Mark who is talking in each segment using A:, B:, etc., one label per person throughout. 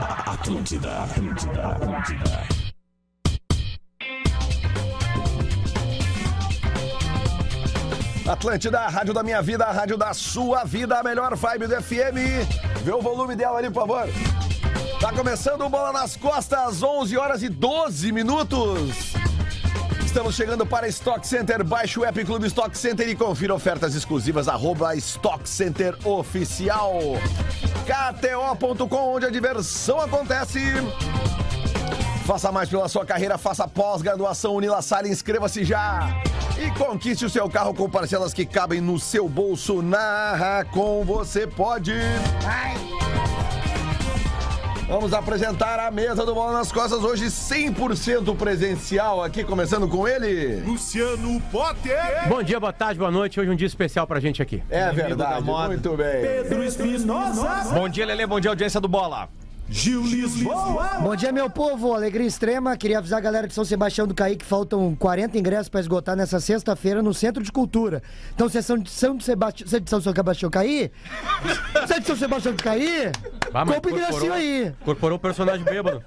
A: Atlântida, Atlântida, Atlântida.
B: Atlântida, a rádio da minha vida, a rádio da sua vida, a melhor vibe do FM. Vê o volume dela ali, por favor. Tá começando o Bola nas Costas, 11 horas e 12 minutos. Estamos chegando para Stock Center. Baixe o app Clube Stock Center e confira ofertas exclusivas. Arroba Stock Center Oficial. KTO.com, onde a diversão acontece. Faça mais pela sua carreira, faça pós-graduação Unila Sala, inscreva-se já. E conquiste o seu carro com parcelas que cabem no seu bolso. Na com você pode. Vamos apresentar a mesa do Bola nas Costas hoje 100% presencial, aqui começando com ele.
C: Luciano Potter.
D: Bom dia, boa tarde, boa noite. Hoje é um dia especial pra gente aqui.
B: É verdade, muito bem.
C: Pedro Espinosa.
E: Bom dia, Lele. Bom dia, audiência do Bola.
C: Gil Lisboa.
F: Bom dia, meu povo. Alegria extrema. Queria avisar a galera de São Sebastião do Caí que faltam 40 ingressos para esgotar nessa sexta-feira no Centro de Cultura. Então, vocês são de São Sebastião, vocês de São Sebastião do Caí? Você é de São Sebastião do Caí?
D: Ah, mas
F: Compre ingressinho aí.
D: Incorporou o personagem bêbado.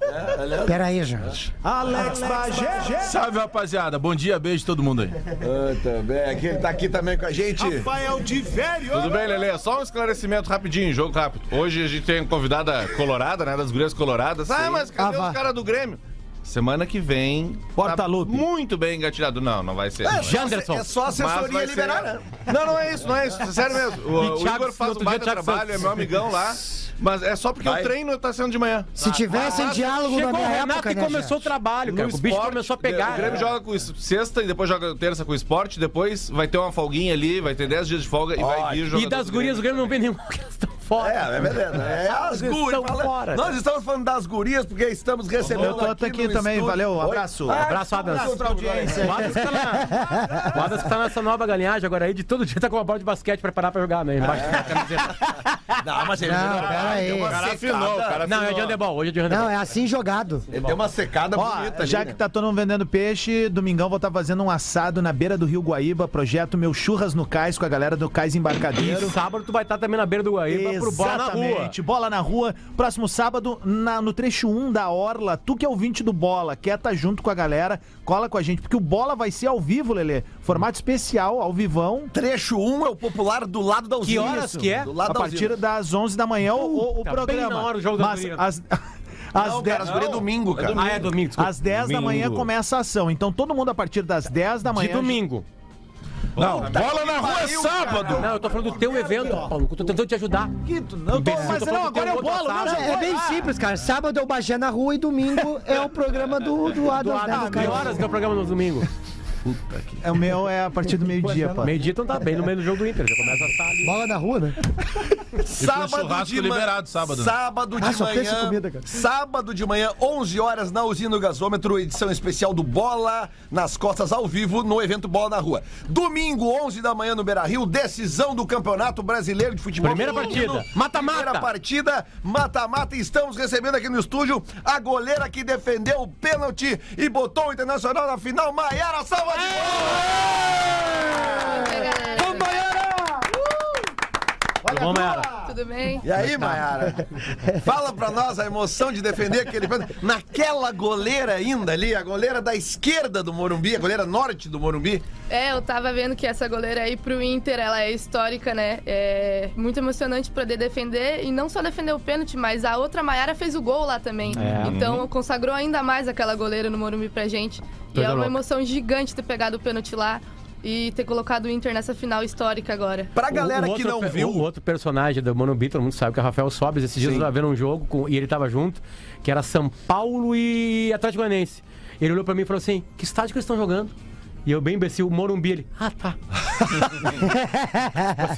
F: Pera aí, gente.
C: Alex Bagé.
E: Salve, rapaziada. Bom dia, beijo todo mundo aí.
B: Muito bem, aqui ele tá aqui também com a gente.
C: Rafael de Velho.
E: Tudo bem, Lele? Só um esclarecimento rapidinho, jogo rápido. Hoje a gente tem uma convidada colorada, né? Das gurias coloradas. Ah, mas cadê
F: Ah, vá.
E: os caras do Grêmio? Semana que vem. Porta Lupe. Muito bem engatilhado. Não, não vai ser. não vai ser.
D: Janderson.
B: É só
E: Mas vai
B: assessoria
E: ser-
B: liberar, né?
E: Não, não é isso, não é isso. Sério mesmo. O,
D: E
E: o
D: Thiago,
E: Igor faz
D: outro
E: um
D: dia,
E: baita
D: Thiago
E: trabalho,
D: Santos.
E: é meu amigão lá. Mas é só porque
B: Vai.
E: o treino tá sendo de manhã.
F: Se tivessem diálogo
D: Chegou
F: na
D: o
F: minha
D: Renato
F: época,
D: e
F: né,
D: começou o
F: gente?
D: trabalho, cara.
E: No
D: o bicho
E: esporte,
D: começou a
E: O
D: pegar. né?
E: Grêmio joga com es- sexta e depois joga terça com o esporte. Depois vai ter uma folguinha ali, vai ter 10 dias de folga e vai vir jogar.
D: E das gurias o Grêmio não vem nenhuma que elas estão fora.
B: É, é verdade. É as
D: Eles
B: gurias.
D: estão
B: fala-
D: fora.
B: Nós estamos falando das gurias porque estamos recebendo.
G: Eu tô aqui
B: no
G: também,
B: estúdio.
G: valeu,
B: Oi?
G: abraço.
B: Ah,
D: Abraço, Adams.
B: outra audiência.
E: é.
D: O Adams que tá na- o Adams que tá nessa nova galinhagem agora aí, de todo dia tá com uma bola de basquete pra parar pra jogar, né?
E: É,
D: Embaixo da camiseta.
B: Não, mas ele
F: Não, pera aí.
E: Cara afinou, o cara
D: Não, é de
E: afinou.
D: handebol, hoje é de handebol.
F: Não, é assim jogado.
B: Ele deu uma secada bonita
G: Ó,
B: ali,
G: já
B: né?
G: que tá todo mundo vendendo peixe, domingão vou estar fazendo um assado na beira do Rio Guaíba, projeto Meu Churras no Cais, com a galera do Cais
D: E
G: Embarcadeiro.
D: sábado tu vai estar também na beira do Guaíba pro bola na rua.
G: Exatamente, bola na rua. Próximo sábado, na- no trecho 1 da Orla, tu que é ouvinte do Bola, quer tá junto com a galera, cola com a gente, porque o Bola vai ser ao vivo, Lelê. Formato especial, ao vivão.
B: Trecho 1 é o popular do lado da usina.
D: horas
B: Isso,
D: que é?
B: Do lado
G: a
B: da
G: partir
B: usina.
G: das 11 da manhã, o, o- o
D: Puta, bem
G: programa.
D: na hora do jogo das
G: Mas
D: gurias.
G: as, as
B: Não,
G: dez-
B: cara, as gurias é domingo, cara.
D: Ah, é domingo, desculpa.
G: Às 10 da manhã
D: Domingo.
G: começa a ação. Então todo mundo a partir das 10 da
D: De
G: manhã.
D: domingo.
E: Não, bola na rua é sábado.
D: Não, eu tô falando do teu evento, Paulo. Eu tô tentando te ajudar.
G: Quinto, não, eu tô,
D: Imbecil,
G: mas
D: tô
G: não,
D: falando que
G: agora
D: tem
G: é o
D: outro
G: bolo,
D: assado.
G: não, já
F: É
G: foi.
F: bem simples, cara. Sábado eu baixei na rua e domingo é o programa do, do Adams, né, do
D: Ah, que
F: Caí.
D: horas que é o programa no domingo?
G: É, o meu é a partir do meio-dia, pô.
D: Meio-dia, então tá bem no meio do jogo do Inter. Já começa a estar ali.
F: Bola na rua, né?
B: Sábado
E: churrasco
B: de manhã.
E: liberado,
D: né?
E: sábado.
B: Sábado de
F: Ah, só pensa em
B: manhã.
F: comida, cara.
B: Sábado de manhã, 11 horas, na usina do gasômetro, edição especial do Bola nas Costas ao vivo, no evento Bola na Rua. Domingo, 11 da manhã, no Beira Rio, decisão do Campeonato Brasileiro de Futebol.
D: Primeira
B: Feminino.
D: partida. Mata-mata.
B: Primeira partida, mata-mata. Estamos recebendo aqui no estúdio a goleira que defendeu o pênalti e botou o Internacional na final, Maiara Salva de Palmas. Vamos, Maiara!
D: Vamos, Mayara.
H: Tudo bem?
B: E aí, Mayara? Fala pra nós a emoção de defender aquele pênalti. Naquela goleira ainda ali, a goleira da esquerda do Morumbi, a goleira norte do Morumbi.
H: É, eu tava vendo que essa goleira aí pro Inter, ela é histórica, né? É muito emocionante poder defender e não só defender o pênalti, mas a outra Maiara fez o gol lá também.
D: É, uhum.
H: Então consagrou ainda mais aquela goleira no Morumbi pra gente. E
D: Coisa
H: é uma
D: louca.
H: emoção gigante ter pegado o pênalti lá e ter colocado o Inter nessa final histórica agora.
B: Pra galera
D: O- o
B: que
D: outro
B: não
D: pe-
B: viu.
D: O outro personagem do Morumbi, todo mundo sabe que é o Rafael Sobes. Esses dias eu tava vendo um jogo com- e ele tava junto, que era São Paulo e Atlético Goianiense. Ele olhou pra mim e falou assim: Que estádio que eles estão jogando? E eu, bem imbecil, Morumbi. Ele, ah, tá.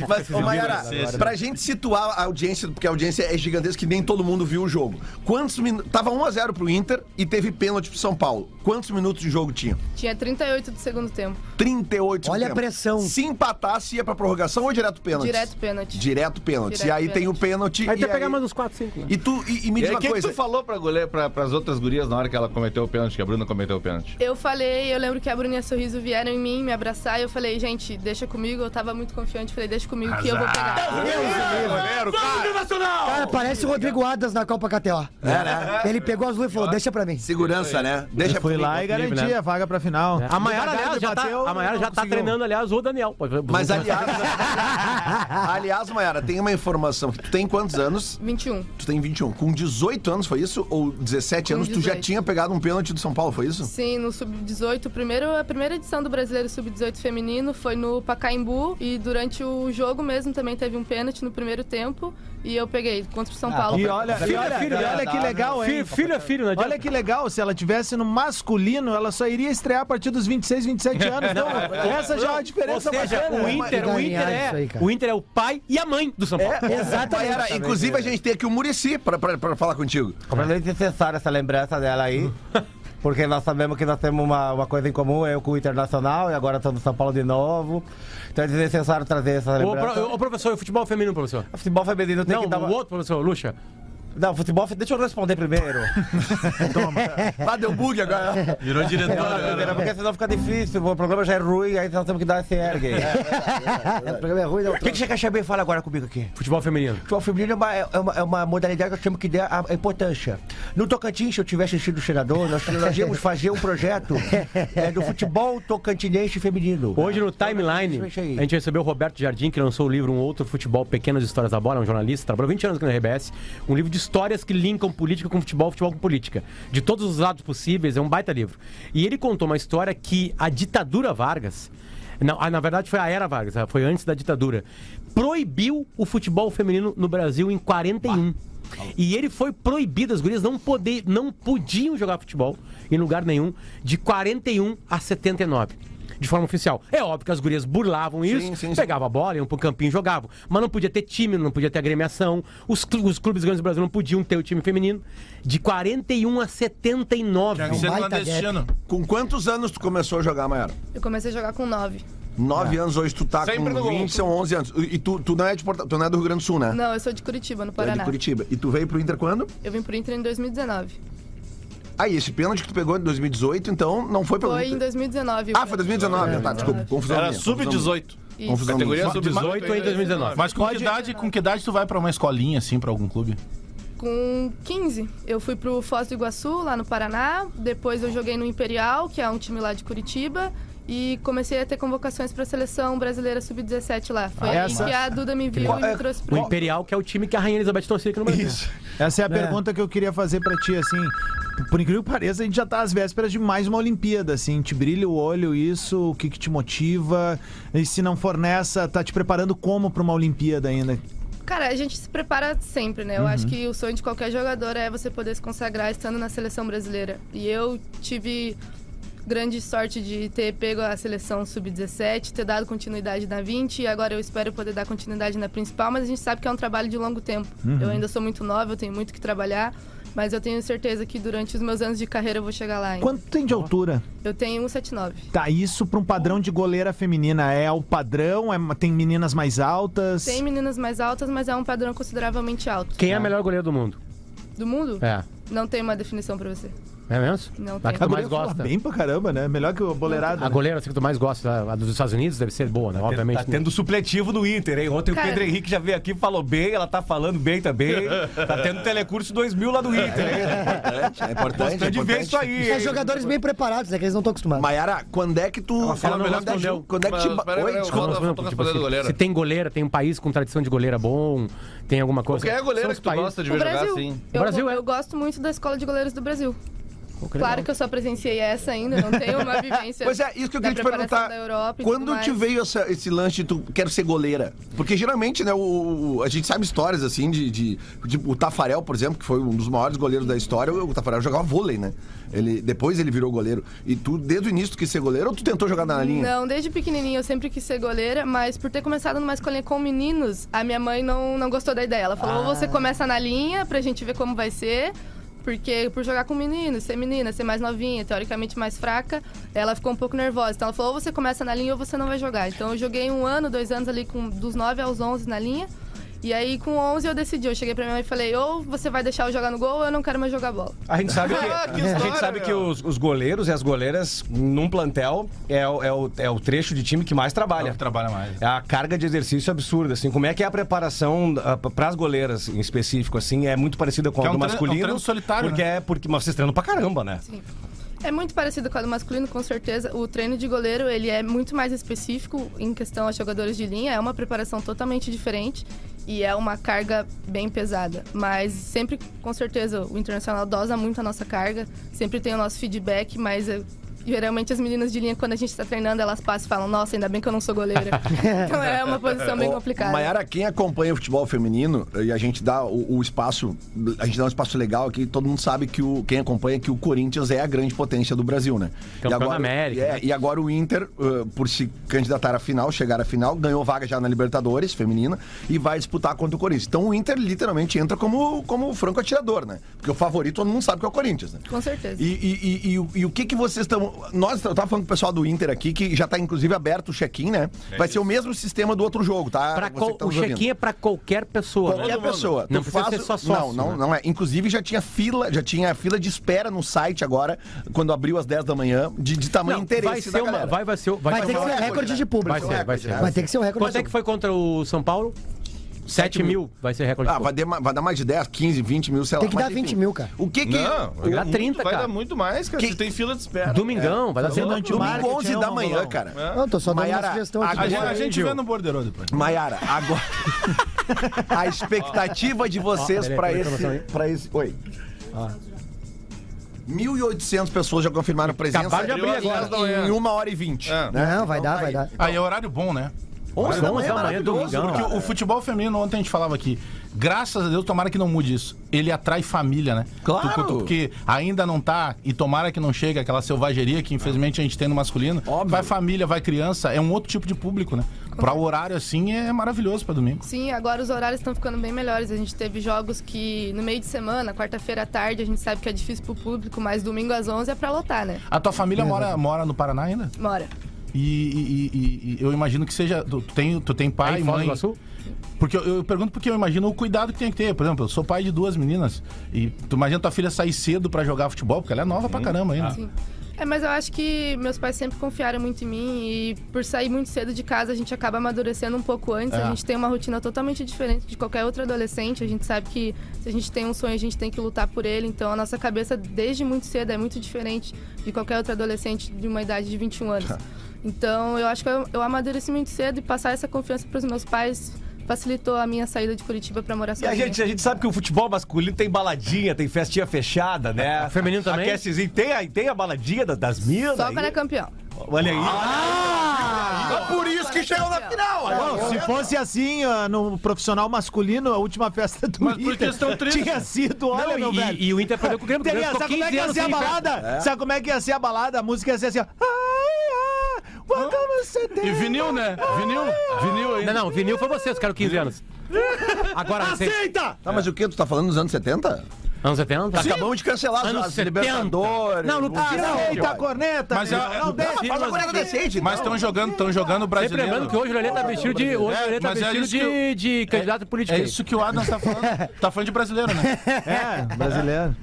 B: Mas, ô, Mayara, pra gente situar a audiência, porque a audiência é gigantesca que nem todo mundo viu o jogo. Quantos minutos. Tava 1x0 pro Inter e teve pênalti pro São Paulo. Quantos minutos de jogo tinha?
H: Tinha 38 do segundo tempo.
B: 38
F: Olha a
B: tempo.
F: pressão.
B: Se empatasse, ia pra prorrogação ou direto pênalti?
H: Direto pênalti.
B: Direto pênalti.
H: Direto
B: e aí
H: pênalti.
B: tem o pênalti.
D: Aí
B: e
D: até pegar
B: aí-
D: mais uns 4, 5. Né?
B: E tu e, e me
E: E
B: diz
E: aí, o
B: uma
E: que, que
B: coisa.
E: tu falou pra goleira, pra, pras outras gurias na hora que ela cometeu o pênalti, que a Bruna cometeu o pênalti?
H: Eu falei, eu lembro que a Bruna e a Sorriso vieram em mim me abraçar e eu falei, gente, deixa comigo. Eu tava muito confiante, falei, deixa comigo que eu vou pegar.
I: Goleiro, cara.
J: Cara, parece o Rodrigo Adas na Copa KTO.
K: É, né?
J: Ele pegou as luvas e falou, deixa pra mim.
B: Segurança, né? Deixa
G: Foi
B: comigo.
G: lá e
D: inclusive,
G: garantia
D: né?
G: a vaga pra final.
D: A Maiara, aliás, já tá,
G: É. Bateu,
D: a Maiara já
G: não
D: tá
G: conseguiu.
D: treinando, aliás, o Daniel. Pode-
B: Mas
D: pode-
B: aliás, aliás, Mayara, tem uma informação. Tu tem quantos anos?
H: 21.
B: Tu tem 21. Com 18 anos foi isso? Ou 17
H: Com
B: anos tu já
H: 18.
B: tinha pegado um pênalti do São Paulo, foi isso?
H: Sim, no Sub-18, o primeiro- a primeira edição do Brasileiro Sub-18 feminino foi no Pacaembu e durante o jogo mesmo também teve um pênalti no primeiro tempo e eu peguei contra o
B: Ah,
H: São Paulo.
G: E olha, e olha,
D: filho,
G: e
D: né?
G: olha que legal, hein?
D: Filho, filho é filho, não adianta.
G: Olha que legal, se ela tivesse no masculino, ela só iria estrear a partir dos 26, 27 anos. Então, essa já é uma diferença
D: Ou seja,
G: bacana.
D: o Inter, o
J: ganhar
D: Inter, é,
J: isso aí, cara.
D: o Inter é o pai e a mãe do São
G: É,
D: Paulo.
J: Exatamente.
B: Mayara,
H: é.
B: inclusive a gente tem aqui o Murici pra, pra, pra falar contigo.
K: Completamente é necessária essa lembrança dela aí. Porque nós sabemos que nós temos uma, uma coisa em comum, eu com o Internacional, e agora estou no São Paulo de novo. Então é desnecessário trazer essa
D: Ô,
K: lembrança.
D: pro- ô, professor, e o futebol feminino, professor?
K: Futebol feminino tá? tem
D: Não,
K: que dar
D: o
K: uma...
D: outro, professor, Lucha.
K: Não, futebol... fe- Deixa eu responder primeiro.
B: Ah, deu bug agora.
I: Virou diretor.
K: Primeiro, porque senão fica difícil, o programa já é ruim, aí nós temos que dar esse ergue.
J: O programa é ruim, não.
K: é, O que, que você quer saber? Fala agora comigo aqui.
D: Futebol feminino.
K: Futebol feminino é uma, é uma, é uma modalidade que eu chamo que dá a importância. No Tocantins, se eu tivesse sido senador, nós, nós íamos fazer um projeto eh, do futebol tocantinense feminino.
D: Hoje no Timeline,
K: Tá, Deixa aí.
D: a gente recebeu o Roberto Jardim, que lançou o livro Um Outro Futebol, Pequenas Histórias da Bola, é um jornalista, trabalhou 20 anos aqui na RBS, um livro de histórias que linkam política com futebol, futebol com política. De todos os lados possíveis, é um baita livro. E ele contou uma história que a ditadura Vargas, não, ah, na verdade foi a era Vargas, ah, foi antes da ditadura, proibiu o futebol feminino no Brasil em 41. E ele foi proibido, as gurias não, poder, não podiam jogar futebol em lugar nenhum, de 41 a 79 de forma oficial. É óbvio que as gurias burlavam isso, pegavam a bola, iam pro campinho e jogavam. Mas não podia ter time, não podia ter agremiação. Os, clu- os clubes grandes do Brasil não podiam ter o time feminino. De 41 a 79.
C: É
I: Tinha que
C: um
I: ser
J: baita
I: clandestino.
B: Com quantos anos tu começou a jogar, Mayara?
H: Eu comecei a jogar com 9.
G: É.
B: Nove anos hoje tu tá
I: Sempre no
B: com
I: gol.
B: 20, são 11 anos. E tu, tu não é de Porto, tu não é do Rio Grande do Sul, né?
H: Não, eu sou de Curitiba, no
B: Tu é
H: Paraná.
B: de Curitiba. E tu veio pro Inter quando?
H: Eu vim pro Inter em 2019.
B: Aí, esse pênalti que tu pegou em 2018, então não foi pelo
H: Foi em
B: Inter.
H: 2019.
B: Ah, foi 2019. tá, desculpa, confusão.
E: Era
B: minha, confusão minha.
E: sub-18.
H: Isso.
B: Confusão
I: Categoria
B: minha.
I: sub-18
D: 18 em 2019.
E: Mas com que, idade, com que idade tu vai pra uma escolinha, assim, pra algum clube?
H: Com 15, eu fui pro Foz do Iguaçu, lá no Paraná. Depois eu joguei no Imperial, que é um time lá de Curitiba. E comecei a ter convocações pra seleção brasileira sub-17 lá. Foi aí
G: essa-
H: que a Duda me viu e
B: é
H: me trouxe
D: O
H: pro
D: Imperial, que é o time que a Rainha Elizabeth torcia aqui no Brasil.
G: Essa é a pergunta que eu queria fazer pra ti, assim. Por incrível que pareça, a gente já tá às vésperas de mais uma Olimpíada, assim. Te brilha o olho isso, o que, que te motiva? E se não for nessa, tá te preparando como pra uma Olimpíada ainda?
H: Cara, a gente se prepara sempre, né? Eu acho que o sonho de qualquer jogador é você poder se consagrar estando na seleção brasileira. E eu tive grande sorte de ter pego a seleção sub-17, ter dado continuidade na 20 e agora eu espero poder dar continuidade na principal, mas a gente sabe que é um trabalho de longo tempo. Eu ainda sou muito nova, eu tenho muito que trabalhar, mas eu tenho certeza que durante os meus anos de carreira eu vou chegar lá. hein?
G: Quanto tem de altura?
H: Eu tenho 179.
G: Tá, isso pra um padrão de goleira feminina. É o padrão? É- tem meninas mais altas?
H: Tem meninas mais altas, mas é um padrão consideravelmente alto.
D: Quem é a melhor goleira do mundo?
H: Do mundo?
D: É.
H: Não tem uma definição pra você.
D: É mesmo?
H: Não
D: a
H: tem.
D: que
G: A
D: tu mais
G: goleira fala
D: gosta.
G: bem pra caramba, né? Melhor que o boleirado. né?
D: A goleira assim, que tu mais gosta, a dos Estados Unidos, deve ser boa, né? Obviamente.
F: Tá tendo supletivo no Inter, hein? Ontem
H: Cara.
F: o Pedro Henrique já veio aqui, falou bem, ela tá falando bem também. Tá tendo telecurso 2000 lá do Inter, hein?
B: É importante, é
F: Gostando de
B: importante.
F: ver isso aí,
J: São
F: hein?
J: jogadores bem preparados, né? Que eles não estão acostumados.
B: Maiara, quando é que tu.
D: fala melhor
B: quando, é
D: que
B: que,
D: eu.
B: quando é que te.
I: Mas,
B: ba-
I: pera,
B: Oi,
I: pera,
B: desculpa.
I: eu
D: Não,
I: tô
D: não,
I: respondendo
D: tipo assim,
I: goleira.
D: Se tem goleira, tem um país com tradição de goleira bom, tem alguma coisa.
I: Quem é goleiro
D: São
I: que
D: os
I: tu
D: países-
I: gosta de
H: O
I: ver jogar
H: Brasil.
I: assim?
H: Eu,
D: Brasil, é.
H: eu gosto muito da escola de goleiros do Brasil. claro que eu só presenciei essa ainda, não tenho uma vivência.
B: Pois é, isso que eu
H: da
B: queria te
H: preparação
B: perguntar.
H: Da Europa e tudo
B: Quando
H: mais.
B: te veio essa- esse lance de tu quero ser goleira? Porque geralmente, né, o, o- a gente sabe histórias assim de, de- de- O Tafarel, por exemplo, que foi um dos maiores goleiros da história, o Tafarel jogava vôlei, né? Ele, depois ele virou goleiro. E tu, desde o início, tu quis ser goleiro ou tu tentou jogar na linha?
H: Não, desde pequenininha eu sempre quis ser goleira, mas por ter começado numa escolinha com meninos, a minha mãe não, não gostou da ideia. Ela falou: ou
B: Ah.
H: você começa na linha pra gente ver como vai ser. Porque por jogar com meninos, ser menina, ser mais novinha, teoricamente mais fraca, ela ficou um pouco nervosa. Então ela falou: ou você começa na linha ou você não vai jogar. Então eu joguei um ano, dois anos ali, com, dos 9 aos 11 na linha. E aí, com 11, eu decidi. Eu cheguei pra minha mãe e falei: ou você vai deixar eu jogar no gol, ou eu não quero mais jogar bola.
F: A gente sabe que,
H: Ah,
F: a
H: que
F: gente
H: história,
F: sabe que os, os goleiros e as goleiras, num plantel, é, o- é, o, é o trecho de time que mais trabalha.
E: trabalha mais.
F: É a carga de exercício absurda, assim. Como é que é a preparação para as goleiras, em específico, assim? É muito parecida com
E: Que
F: a
E: é
F: do
E: um treino- é um
F: masculino.
E: treino solitário,
F: Porque
E: né?
F: é porque mas vocês treinam pra caramba, né?
H: Sim. É muito parecido com a do masculino, com certeza. O treino de goleiro, ele é muito mais específico em questão a jogadores de linha. É uma preparação totalmente diferente e é uma carga bem pesada. Mas sempre, com certeza, o Internacional dosa muito a nossa carga. Sempre tem o nosso feedback, mas... eh, Geralmente as meninas de linha, quando a gente tá treinando, elas passam e falam, nossa, ainda bem que eu não sou goleira. então é uma posição bem
B: Ô,
H: complicada.
B: Maiara, quem acompanha o futebol feminino e a gente dá o, o espaço, a gente dá um espaço legal aqui, todo mundo sabe que o, quem acompanha que o Corinthians é a grande potência do Brasil, né? e
D: Campeão da
B: agora,
D: América,
B: é,
D: né?
B: E agora o Inter, eh, por se candidatar à final, chegar à final, ganhou vaga já na Libertadores, feminina, e vai disputar contra o Corinthians. Então o Inter literalmente entra como, como franco atirador, né? Porque o favorito todo mundo sabe que é o Corinthians, né?
H: Com certeza.
B: E, e- e- e o- e o que que vocês estão... Nós, eu tava falando com o pessoal do Inter aqui, que já tá inclusive aberto o check-in, né? Vai ser o mesmo sistema do outro jogo, tá?
D: Pra
B: Você
D: qual-
B: que tá
D: o
B: nos ouvindo. é
D: check-in é pra qualquer pessoa. né?
B: Qualquer pessoa.
D: Não
B: Tu
D: precisa
B: faz
D: ser só
B: o-
D: sócio.
B: Não, não,
D: né?
B: não é. Inclusive já tinha fila, já tinha fila de espera no site agora, quando abriu às 10 da manhã, de, de tamanho
D: Não,
B: interesse
D: vai ser
B: da
D: uma-
B: galera.
D: vai- vai ser- vai
J: Vai
D: ser
J: ter que
D: uma-
J: ser recorde de público.
D: Vai ser, vai ser.
J: Vai ter que ser um recorde
D: Quanto é que foi contra o São Paulo? 7
B: mil.
D: mil. Vai ser recorde de
B: Ah, vai, dar ma- vai dar mais de 10, 15, 20 mil, sei lá.
J: Tem que
B: mas
J: dar
B: enfim.
J: 20 mil, cara.
B: O que que...
I: Não,
D: Vai dar
I: o-
D: 30,
I: vai
D: cara.
I: dar muito mais, cara.
B: Que-
I: Se tem fila de espera.
D: Domingão, vai dar
I: Fazendo
D: certo.
G: anti-
B: Domingo
D: é
B: 11 da
G: Marketing,
B: manhã,
G: não,
B: cara.
J: Não, tô só dando
B: Maiara,
J: uma sugestão aqui.
E: A gente, a
B: Agora,
E: gente vê no borderô depois.
B: Maiara, agora... A expectativa de vocês
D: peraí,
B: pra
D: peraí,
B: esse,
D: informação aí.
B: pra esse... Oi. Ah. 1.800 pessoas já confirmaram a presença
D: Acabaram de abrir
B: em-
D: agora.
B: em 1 hora e Né? 20.
I: É.
J: Não, vai dar, vai dar.
E: Aí é horário bom, né?
B: 11
D: Mas 11 da manhã,
B: maravilhoso,
D: domingão.
B: porque
E: Porque o futebol feminino, ontem a gente falava aqui, graças a Deus, tomara que não mude isso. Ele atrai família, né?
B: Claro.
E: Tu- tu- Porque ainda não tá, e tomara que não chegue aquela selvageria que infelizmente a gente tem no masculino.
B: Óbvio.
E: Vai família, vai criança, é um outro tipo de público, né? Pra horário assim é maravilhoso pra domingo.
H: Sim, agora os horários estão ficando bem melhores. A gente teve jogos que no meio de semana, quarta-feira à tarde, a gente sabe que é difícil pro público, mas domingo às 11 é pra lotar, né?
E: A tua
D: É
E: família mora, mora no Paraná ainda?
H: Mora.
E: E, e- e- e eu imagino que seja. Tu, tu tem, tu tem pai,
D: Aí, Foz do
E: mãe.
D: Iguaçu?
E: Porque eu, eu pergunto porque eu imagino o cuidado que tem que ter. Por exemplo, eu sou pai de duas meninas. E tu imagina tua filha sair cedo pra jogar futebol, porque ela é nova pra caramba
D: Ah,
E: ainda.
H: Sim. É, mas eu acho que meus pais sempre confiaram muito em mim e por sair muito cedo de casa, a gente acaba amadurecendo um pouco antes.
E: É.
H: A gente tem uma rotina totalmente diferente de qualquer outro adolescente. A gente sabe que se a gente tem um sonho, a gente tem que lutar por ele. Então a nossa cabeça, desde muito cedo, é muito diferente de qualquer outro adolescente de uma idade de 21 anos. Então eu acho que eu, eu amadureci muito cedo e passar essa confiança para os meus pais facilitou a minha saída de Curitiba para morar
F: E a
H: sozinha.
F: gente, a gente sabe que o futebol masculino tem baladinha, tem festinha fechada, né?
D: O feminino também?
F: Aquecezinho. Tem a, tem a baladinha da- das minas.
H: Só
F: aí.
H: quando é campeão.
F: Olha aí.
B: É por isso que chegou na final.
G: Não, se fosse assim, ah, no profissional masculino, a última festa do
I: Mas por
G: Inter
I: questão triste.
G: tinha sido, olha,
D: Não,
G: meu
D: e-
G: velho.
D: e o Inter perdeu com o Grêmio, o
G: Teria-
D: Grêmio ficou
G: sabe como é
D: 15
G: que ia
D: anos
G: ser a
D: sem
G: balada? Sabe como é que ia ser a balada? A música ia ser assim, ó. Ai, ah, what você tem?
I: E vinil, né? Vinil. Vinil aí.
D: Não, não, vinil foi vocês, quero 15 anos. Agora, vocês.
G: Aceita!
B: Tá, mas o que? Tu tá falando dos anos 70?
D: Anos 70?
B: Acabamos de cancelar
D: Anos
B: as, as
D: 70.
B: Libertadores.
D: Não, não
B: o- Ah,
D: tá,
I: É,
G: Aceita a corneta,
E: Mas
G: meu.
E: a-
G: não
E: mas-
G: desce.
B: Faz uma coisa decente, então.
E: Mas estão jogando, estão jogando o
D: Sempre
E: brasileiro.
D: lembrando que hoje o Lelê tá vestido de, hoje o Lelê tá
E: mas é
D: vestido
E: isso que
D: de,
E: eu-
D: de candidato político.
E: É isso que o Adams tá falando. tá falando de brasileiro, né?
G: É, brasileiro.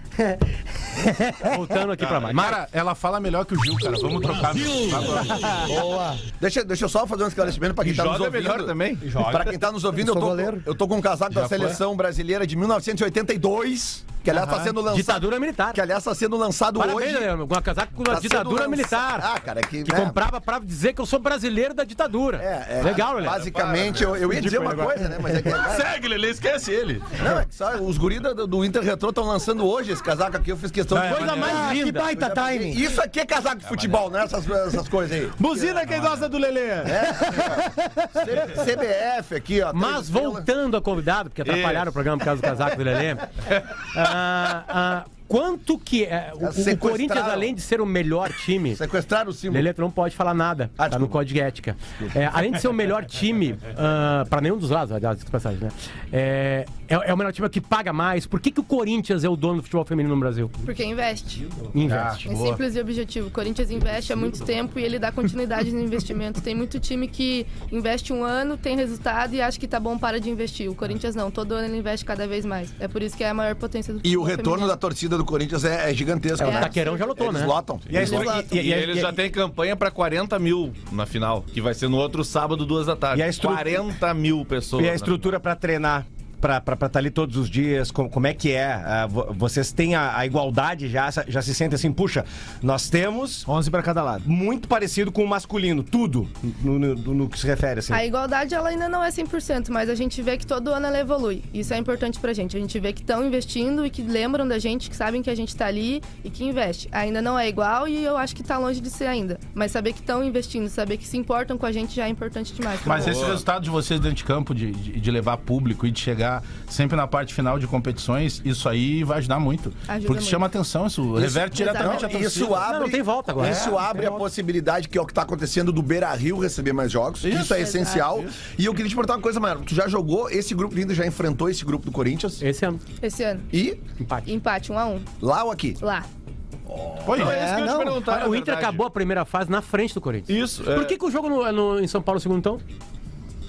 D: Voltando aqui pra mais.
E: Mara, ela fala melhor que o Gil, cara. Vamos trocar. né?
B: Deixa, deixa eu só fazer um esclarecimento pra quem
I: E
B: tá nos
I: joga
B: ouvindo.
I: melhor também.
B: Pra quem tá nos ouvindo, eu,
J: sou
B: tô,
J: goleiro.
B: eu tô com um casaco da seleção brasileira de 1982, que aliás tá sendo lançado.
D: Ditadura militar.
B: Que aliás tá sendo lançado
D: Parabéns,
B: hoje.
D: Leandro. Com a casaca com
B: Tá
D: a
B: sendo
D: ditadura
B: lança-
D: militar.
B: Ah, cara, que.
D: Que
B: né,
D: comprava pra dizer que eu sou brasileiro da ditadura.
B: É, é,
D: Legal, Lelê.
B: Basicamente, eu, eu ia dizer uma coisa, né? Mas é que.
I: Segue, Lelê, esquece ele.
B: Não, é que só os guris do, do Inter Retrô estão lançando hoje esse casaco aqui. Eu fiz questão de.
D: é Coisa mais
J: Que
D: linda. tá,
J: baita timing.
B: Isso aqui é casaco de futebol, né? Essas, essas coisas aí. É,
G: Buzina quem gosta do Lelê.
B: CBF aqui, ó.
D: Mas
B: três estrelas.
D: voltando a convidado, porque atrapalharam o programa por causa do casaco do Lelê. ah, ah, quanto que é. O, o
B: Sequestraram.
D: Corinthians, além de ser o melhor time.
B: Sequestraram o símbolo.
D: Leleto não pode falar nada.
B: Ah,
D: tá no código de ética. É, além de ser o melhor time, ah, pra nenhum dos lados, aliás, de passagem, né? É, é, é o melhor time que paga mais. Por que, que o Corinthians é o dono do futebol feminino no Brasil?
H: Porque investe.
D: Investe.
H: É simples e objetivo. O Corinthians investe há muito tempo e ele dá continuidade no investimento. Tem muito time que investe um ano, tem resultado e acha que tá bom, para de investir. O Corinthians não. Todo ano ele investe cada vez mais. É por isso que é a maior potência do
B: E o
H: futebol
B: retorno
H: feminino.
B: da torcida do Corinthians é, é gigantesco.
H: É, o
D: tá
B: né?
H: Taquerão já lotou,
B: Eles
H: né?
B: lotam.
I: E, eles,
B: Eles lotam.
I: e- e eles já têm campanha pra 40 mil na final, que vai ser no outro sábado, duas da tarde.
F: E a estru-
I: 40 mil pessoas. né?
F: E a
I: na
F: estrutura pra treinar? Pra estar ali todos os dias, com- como é que é? Ah, vo- vocês têm a, a igualdade já? Já se sentem assim, puxa, nós temos.
G: 11 para cada lado.
F: Muito parecido com o masculino, tudo no, no- no- no que se refere, assim.
H: A igualdade ela ainda não é 100%, mas a gente vê que todo ano ela evolui. Isso é importante pra gente. A gente vê que estão investindo e que lembram da gente, que sabem que a gente tá ali e que investe. Ainda não é igual e eu acho que tá longe de ser ainda. Mas saber que estão investindo, saber que se importam com a gente já é importante demais.
E: Mas esse resultado de vocês dentro de campo, de, de, de levar público e de chegar sempre na parte final de competições, isso aí vai ajudar muito.
H: Ajuda
E: porque
H: muito.
E: chama atenção, isso reverte diretamente a torcida.
B: Isso abre,
D: Não, não tem volta agora.
B: Isso abre a possibilidade que é o que está acontecendo do Beira Rio receber mais jogos. Isso, é
H: Exato.
B: essencial. E eu queria te perguntar uma coisa, Maior. Tu já jogou esse grupo lindo, já enfrentou esse grupo do Corinthians?
D: Esse ano.
H: Esse ano.
B: E
D: Empate.
H: Empate, um a um.
B: lá ou
F: Tá.
B: aqui?
H: Lá.
I: Pois é, isso que eu ia te perguntar. na
D: o Inter
I: verdade.
D: acabou a primeira fase na frente do Corinthians.
I: Isso. é.
D: Por que, que o jogo no- no- em São Paulo no segundo então?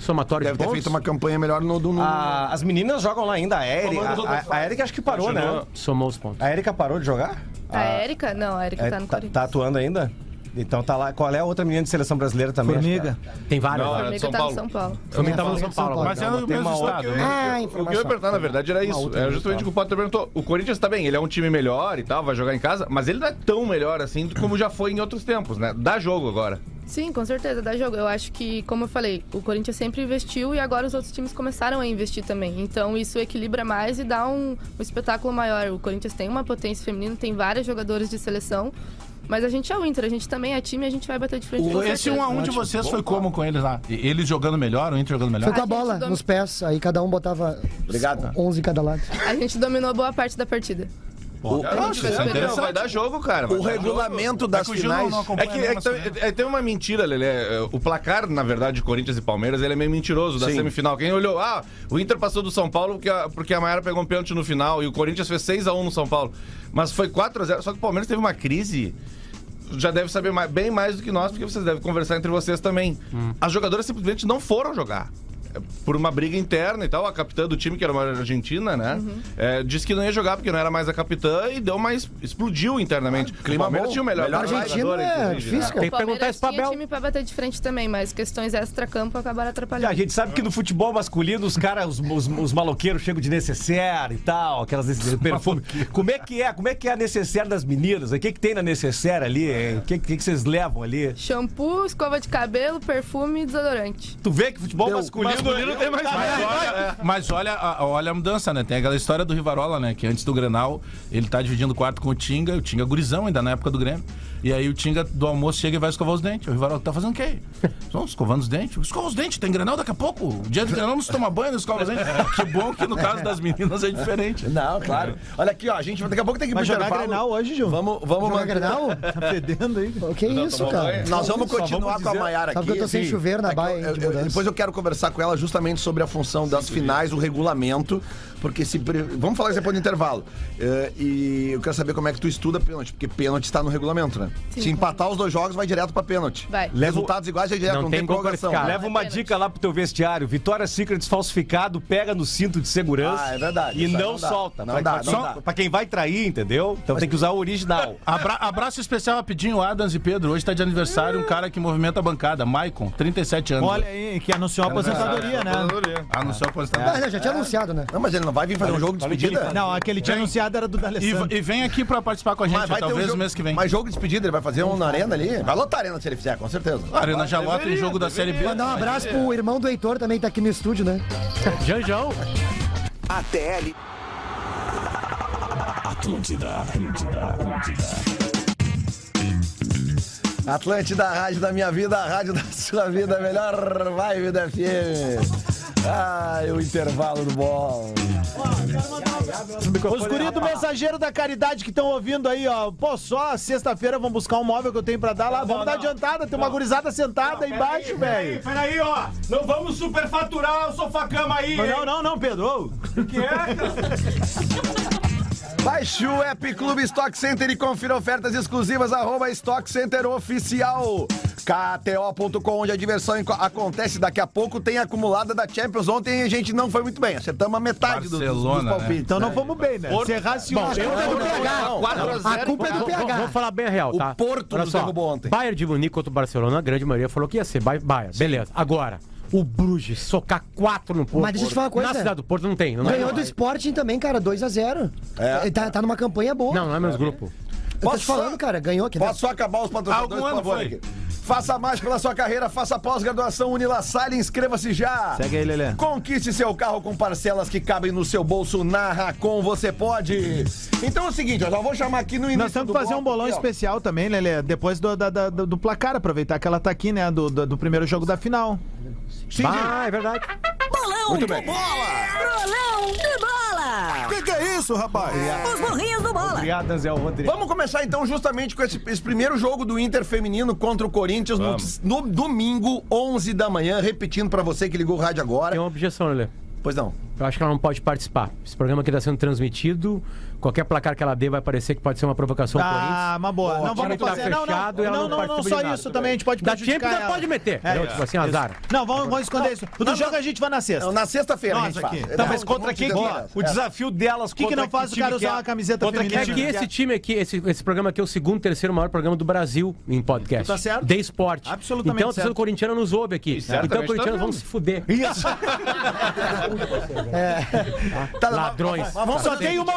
D: Somatório
B: Deve
D: de
B: ter
D: pontos?
B: feito uma campanha melhor no. no, no-
F: A- as meninas jogam lá ainda, a Erika.
I: Tomando as outras
F: A, a Erika acho que parou, né?
I: Continua.
D: Somou os pontos.
F: A Erika parou de jogar?
H: A Érica? Não, a Érica
F: Ah, É,
H: tá no
F: tá,
H: Corinthians.
F: tá atuando ainda? Então tá lá. Qual é a outra menina de seleção brasileira também?
G: Formiga.
D: Tem várias.
I: Não,
D: né?
I: é de
H: Amiga
I: São
H: tá no
I: Paulo.
H: São Paulo.
D: Também tava no São Paulo. agora.
E: Mas é no mesmo estado. né?
J: Ah,
I: O que eu ia
J: informação.
I: perguntar, na verdade, era isso. Era justamente o que o Potter perguntou. O Corinthians tá bem, ele é um time melhor e tal, vai jogar em casa, mas ele não é tão melhor assim como já foi em outros tempos, né? Dá jogo agora.
H: Sim, com certeza, dá jogo. Eu acho que, como eu falei, o Corinthians sempre investiu e agora os outros times começaram a investir também. Então isso equilibra mais e dá um, um espetáculo maior. O Corinthians tem uma potência feminina, tem várias jogadoras de seleção. Mas a gente é o Inter, a gente também é time, a gente vai bater de frente com
E: O- Esse 1
H: certeza.
E: a 1 de vocês foi como com eles lá? E- Eles jogando melhor, o Inter jogando melhor?
J: Foi com
H: A
J: a
H: gente
J: bola
H: dom-
J: nos pés, aí cada um botava
B: Obrigado.
J: 11 em cada lado.
H: A gente dominou boa parte da partida.
I: Não,
H: vai
I: isso é
H: dar
I: interessante.
H: jogo.
I: vai dar jogo, cara. vai
B: O
I: dar jogo.
B: regulamento das
E: o Gil não-
B: finais.
E: não
I: É
E: acompanha
I: que, é
E: mesmo
I: que
E: as
I: tam-
E: finais.
I: é- é- tem uma mentira, Lelê. É, O placar, na verdade, de Corinthians e Palmeiras, ele é meio mentiroso da semifinal. Quem olhou, ah, o Inter passou do São Paulo porque a, porque a Maiara pegou um pênalti no final e o Corinthians fez 6x1 no São Paulo. Mas foi 4x0. Só que o Palmeiras teve uma crise. Já deve saber mais- bem mais do que nós, porque vocês devem conversar entre vocês também. As jogadoras simplesmente não foram jogar. É, Por uma briga interna e tal, a capitã do time, que era uma argentina, né?
E: Uhum.
I: é, disse que não ia jogar porque não era mais a capitã e deu mais. explodiu internamente. o Palmeiras
B: bom.
I: tinha o melhor,
B: Melhor
I: jogador,
J: argentino é
I: inclusive, né?
J: difícil, cara.
D: Tem que perguntar isso pra
H: tinha
D: Bel.
H: time pra bater de frente também, mas questões extra-campo
F: E
H: acabaram
F: A
H: atrapalhando.
F: gente sabe que no futebol masculino os caras, os, os, os maloqueiros chegam de necessaire e tal, aquelas necessaire, perfume. Como é que é? Como é que é a necessaire das meninas? O que, que tem na necessaire ali? hein? O que, que, que vocês levam ali?
H: Shampoo, escova de cabelo, perfume e desodorante.
F: Tu vê que futebol masculino,
I: masculino
F: é-
I: tem mais
E: Mas olha, mas olha a, olha a mudança, né? Tem aquela história do Rivarola, né? Que antes do Grenal, ele tá dividindo o quarto com o Tinga, o Tinga é gurizão ainda na época do Grêmio. E aí o Tinga do almoço chega e vai escovar os dentes. O Rivarola tá fazendo o quê? Não, escovando os dentes. Escova os dentes, tem Grenal daqui a pouco. O dia do Grenal não se toma banho, não escova os dentes. Que bom que no caso das meninas é diferente.
B: Não, claro. Olha aqui, ó. A gente daqui a pouco tem que ir pro
G: Vai jogar
B: intervalo.
G: Grenal hoje, Gil?
B: Vamos, vamos
J: Jogar
B: manter-
J: Grenal?
G: Tá fedendo aí.
J: Pô, Que isso,
H: É.
J: cara?
B: Nós vamos continuar com a Maiara aqui.
J: Sabe que eu tô sem
B: Sim. É
J: chuveiro na baia, hein,
B: Eu-
J: de
B: eu-
J: mudança.
B: depois eu quero conversar com ela justamente sobre a função das finais, o regulamento, porque se. pre- Vamos falar isso depois do intervalo. Eh, e eu quero saber como é que tu estuda pênalti, porque pênalti está no regulamento, né?
H: Sim.
B: se empatar os dois jogos, vai direto pra pênalti.
H: Vai.
B: Resultados iguais já é direto,
D: Não
B: não,
D: tem
B: tem,
D: gol
B: prorrogação.
D: qualificado.
F: Leva uma
H: Apenas.
F: dica lá pro teu vestiário. Vitória Secrets falsificado, pega no cinto de segurança.
B: Ah, é verdade.
F: E
B: Isso aí
F: não,
B: não dá.
F: solta.
B: Não
F: pra,
B: dá,
F: pra-
B: não
F: só-
B: dá.
F: pra quem vai trair, entendeu? Então tem que usar o original.
E: Abra- abraço especial rapidinho, Adams e Pedro. Hoje tá de aniversário um cara que movimenta a bancada, Maicon, 37 anos.
G: Olha aí, que anunciou a aposentadoria, né?
E: Anunciou a
J: Ah,
E: aposentadoria.
J: não, já tinha anunciado, né?
B: Não, mas ele não vai vir fazer um jogo de despedida?
G: Não, aquele tinha anunciado era do
E: E,
G: D'Alessandro.
E: e vem aqui pra participar com a gente,
B: Mas vai ter um
E: talvez
B: jogo-
E: mês que vem.
B: Mas jogo de despedida, ele vai fazer um na arena ali? Vai lotar a arena se ele fizer, com certeza.
E: A Arena Jaló tem jogo da Série B.
J: Mandar um abraço pro irmão do Heitor também, tá aqui no estúdio, né?
D: Janjão.
K: ATL.
A: Atlântida, Atlântida, Atlântida.
B: Atlântida, a rádio da minha vida, a rádio da sua vida, a melhor vibe da FM. Ai, o intervalo do bom.
G: Quero mandar um Os guri do Mensageiro da Caridade que estão ouvindo aí, ó. Pô, só sexta-feira vamos buscar um móvel que eu tenho pra dar lá. vamos dar adiantada, tem uma gurizada sentada aí embaixo, velho.
L: Peraí, ó. Não vamos superfaturar o sofá-cama aí.
G: Mas Não, não, não, Pedro.
L: O que é, cara?
B: Baixe o app Clube Stock Center e confira ofertas exclusivas. Arroba Stock Center Oficial. KTO.com, onde a diversão enco- acontece. Daqui a pouco tem a acumulada da Champions. Ontem a gente não foi muito bem. Acertamos a metade do, dos, dos
E: Barcelona, né?
B: palpites.
G: Então não fomos bem, né? Se errasse um,
J: A culpa é do
D: Vamos
J: PH.
D: vamos falar bem a real,
B: O
D: tá?
B: Porto
D: Olha
B: nos
D: só,
B: derrubou ontem.
D: Bayern de Munique contra o Barcelona, a grande maioria falou que ia ser Bay- Bayern. Beleza. Agora, o Bruges socar quatro no Porto.
J: Mas deixa eu te falar uma coisa.
D: Na cidade do Porto não tem. Não,
J: Ganhou
D: é,
J: do Sporting também, cara, 2x0. Tá, tá numa campanha boa.
D: não, não é
B: Tá
D: menos grupo.
J: eu tô te falando, cara, ganhou aqui. né?
B: Posso só acabar os patrocinadores,
E: Algum ano
B: por favor,
E: foi.
B: aqui. Faça mais pela sua carreira, faça pós-graduação Unilassalle, inscreva-se já.
G: Segue aí, Lelê.
B: Conquiste seu carro com parcelas que cabem no seu bolso. Na Racon você pode. Então é o seguinte, eu já vou chamar aqui no início
G: Nós temos
B: do
G: que fazer
B: bloco
G: um bolão
B: aqui, ó.
G: especial também, Lelê, depois do, da- da- do, do placar, aproveitar que ela tá aqui, né? Do, do, do primeiro jogo da final.
B: Sim, sim.
D: Ah, é verdade.
M: Bolão
B: Muito
M: do
B: bem.
M: bola! Bolão de bola!
L: O que, é isso, rapaz?
M: Os burrinhos do bola!
G: Obrigado, Zé Rodrigues.
B: Vamos começar então justamente com esse, esse primeiro jogo do Inter feminino contra o Corinthians no, no domingo, 11 da manhã. Repetindo pra você que ligou o rádio agora.
D: Tem
G: um-
D: uma objeção, Lelê.
B: Pois não.
D: Eu acho que ela não pode participar. Esse programa aqui está sendo transmitido. Qualquer placar que ela dê vai parecer que pode ser uma provocação ao
G: Ah,
D: Corinthians.
G: uma boa. não
D: time
G: vamos
D: tá
G: fazer. Não, não,
D: fechado, ela
G: não,
D: não
G: não, não,
D: participa
G: só
D: de nada.
G: isso também. A gente pode
D: Da
G: prejudicar
D: Champions ela
G: ela.
D: pode meter.
G: É,
D: entendeu? tipo assim, azar.
G: Não, vamos, vamos esconder isso. O do jogo a gente vai na sexta.
B: Na sexta-feira a
G: Nós
B: gente
G: aqui.
B: faz.
G: Tá,
B: É,
G: mas
B: vamos
G: contra quem?
B: dizer
G: Ó,
B: agora.
N: O
B: É.
N: desafio delas
G: que que não
N: contra
G: faz o
N: time
G: cara
N: que
G: usar
N: é?
G: uma camiseta
N: Contra
G: feminina?
D: É que
G: time
D: esse time aqui, esse, esse programa aqui é o segundo, terceiro maior programa do Brasil em podcast.
G: Tá certo.
D: De esporte.
G: Absolutamente
D: Então, a torcida
G: certo.
D: corintiana nos ouve aqui.
O: certamente
D: Então,
O: tá
D: os corintianos
O: vendo.
D: vão se fuder.
B: Tá,
D: Ladrões.
B: mas- mas vamos
G: Só
B: fazer-
G: tem uma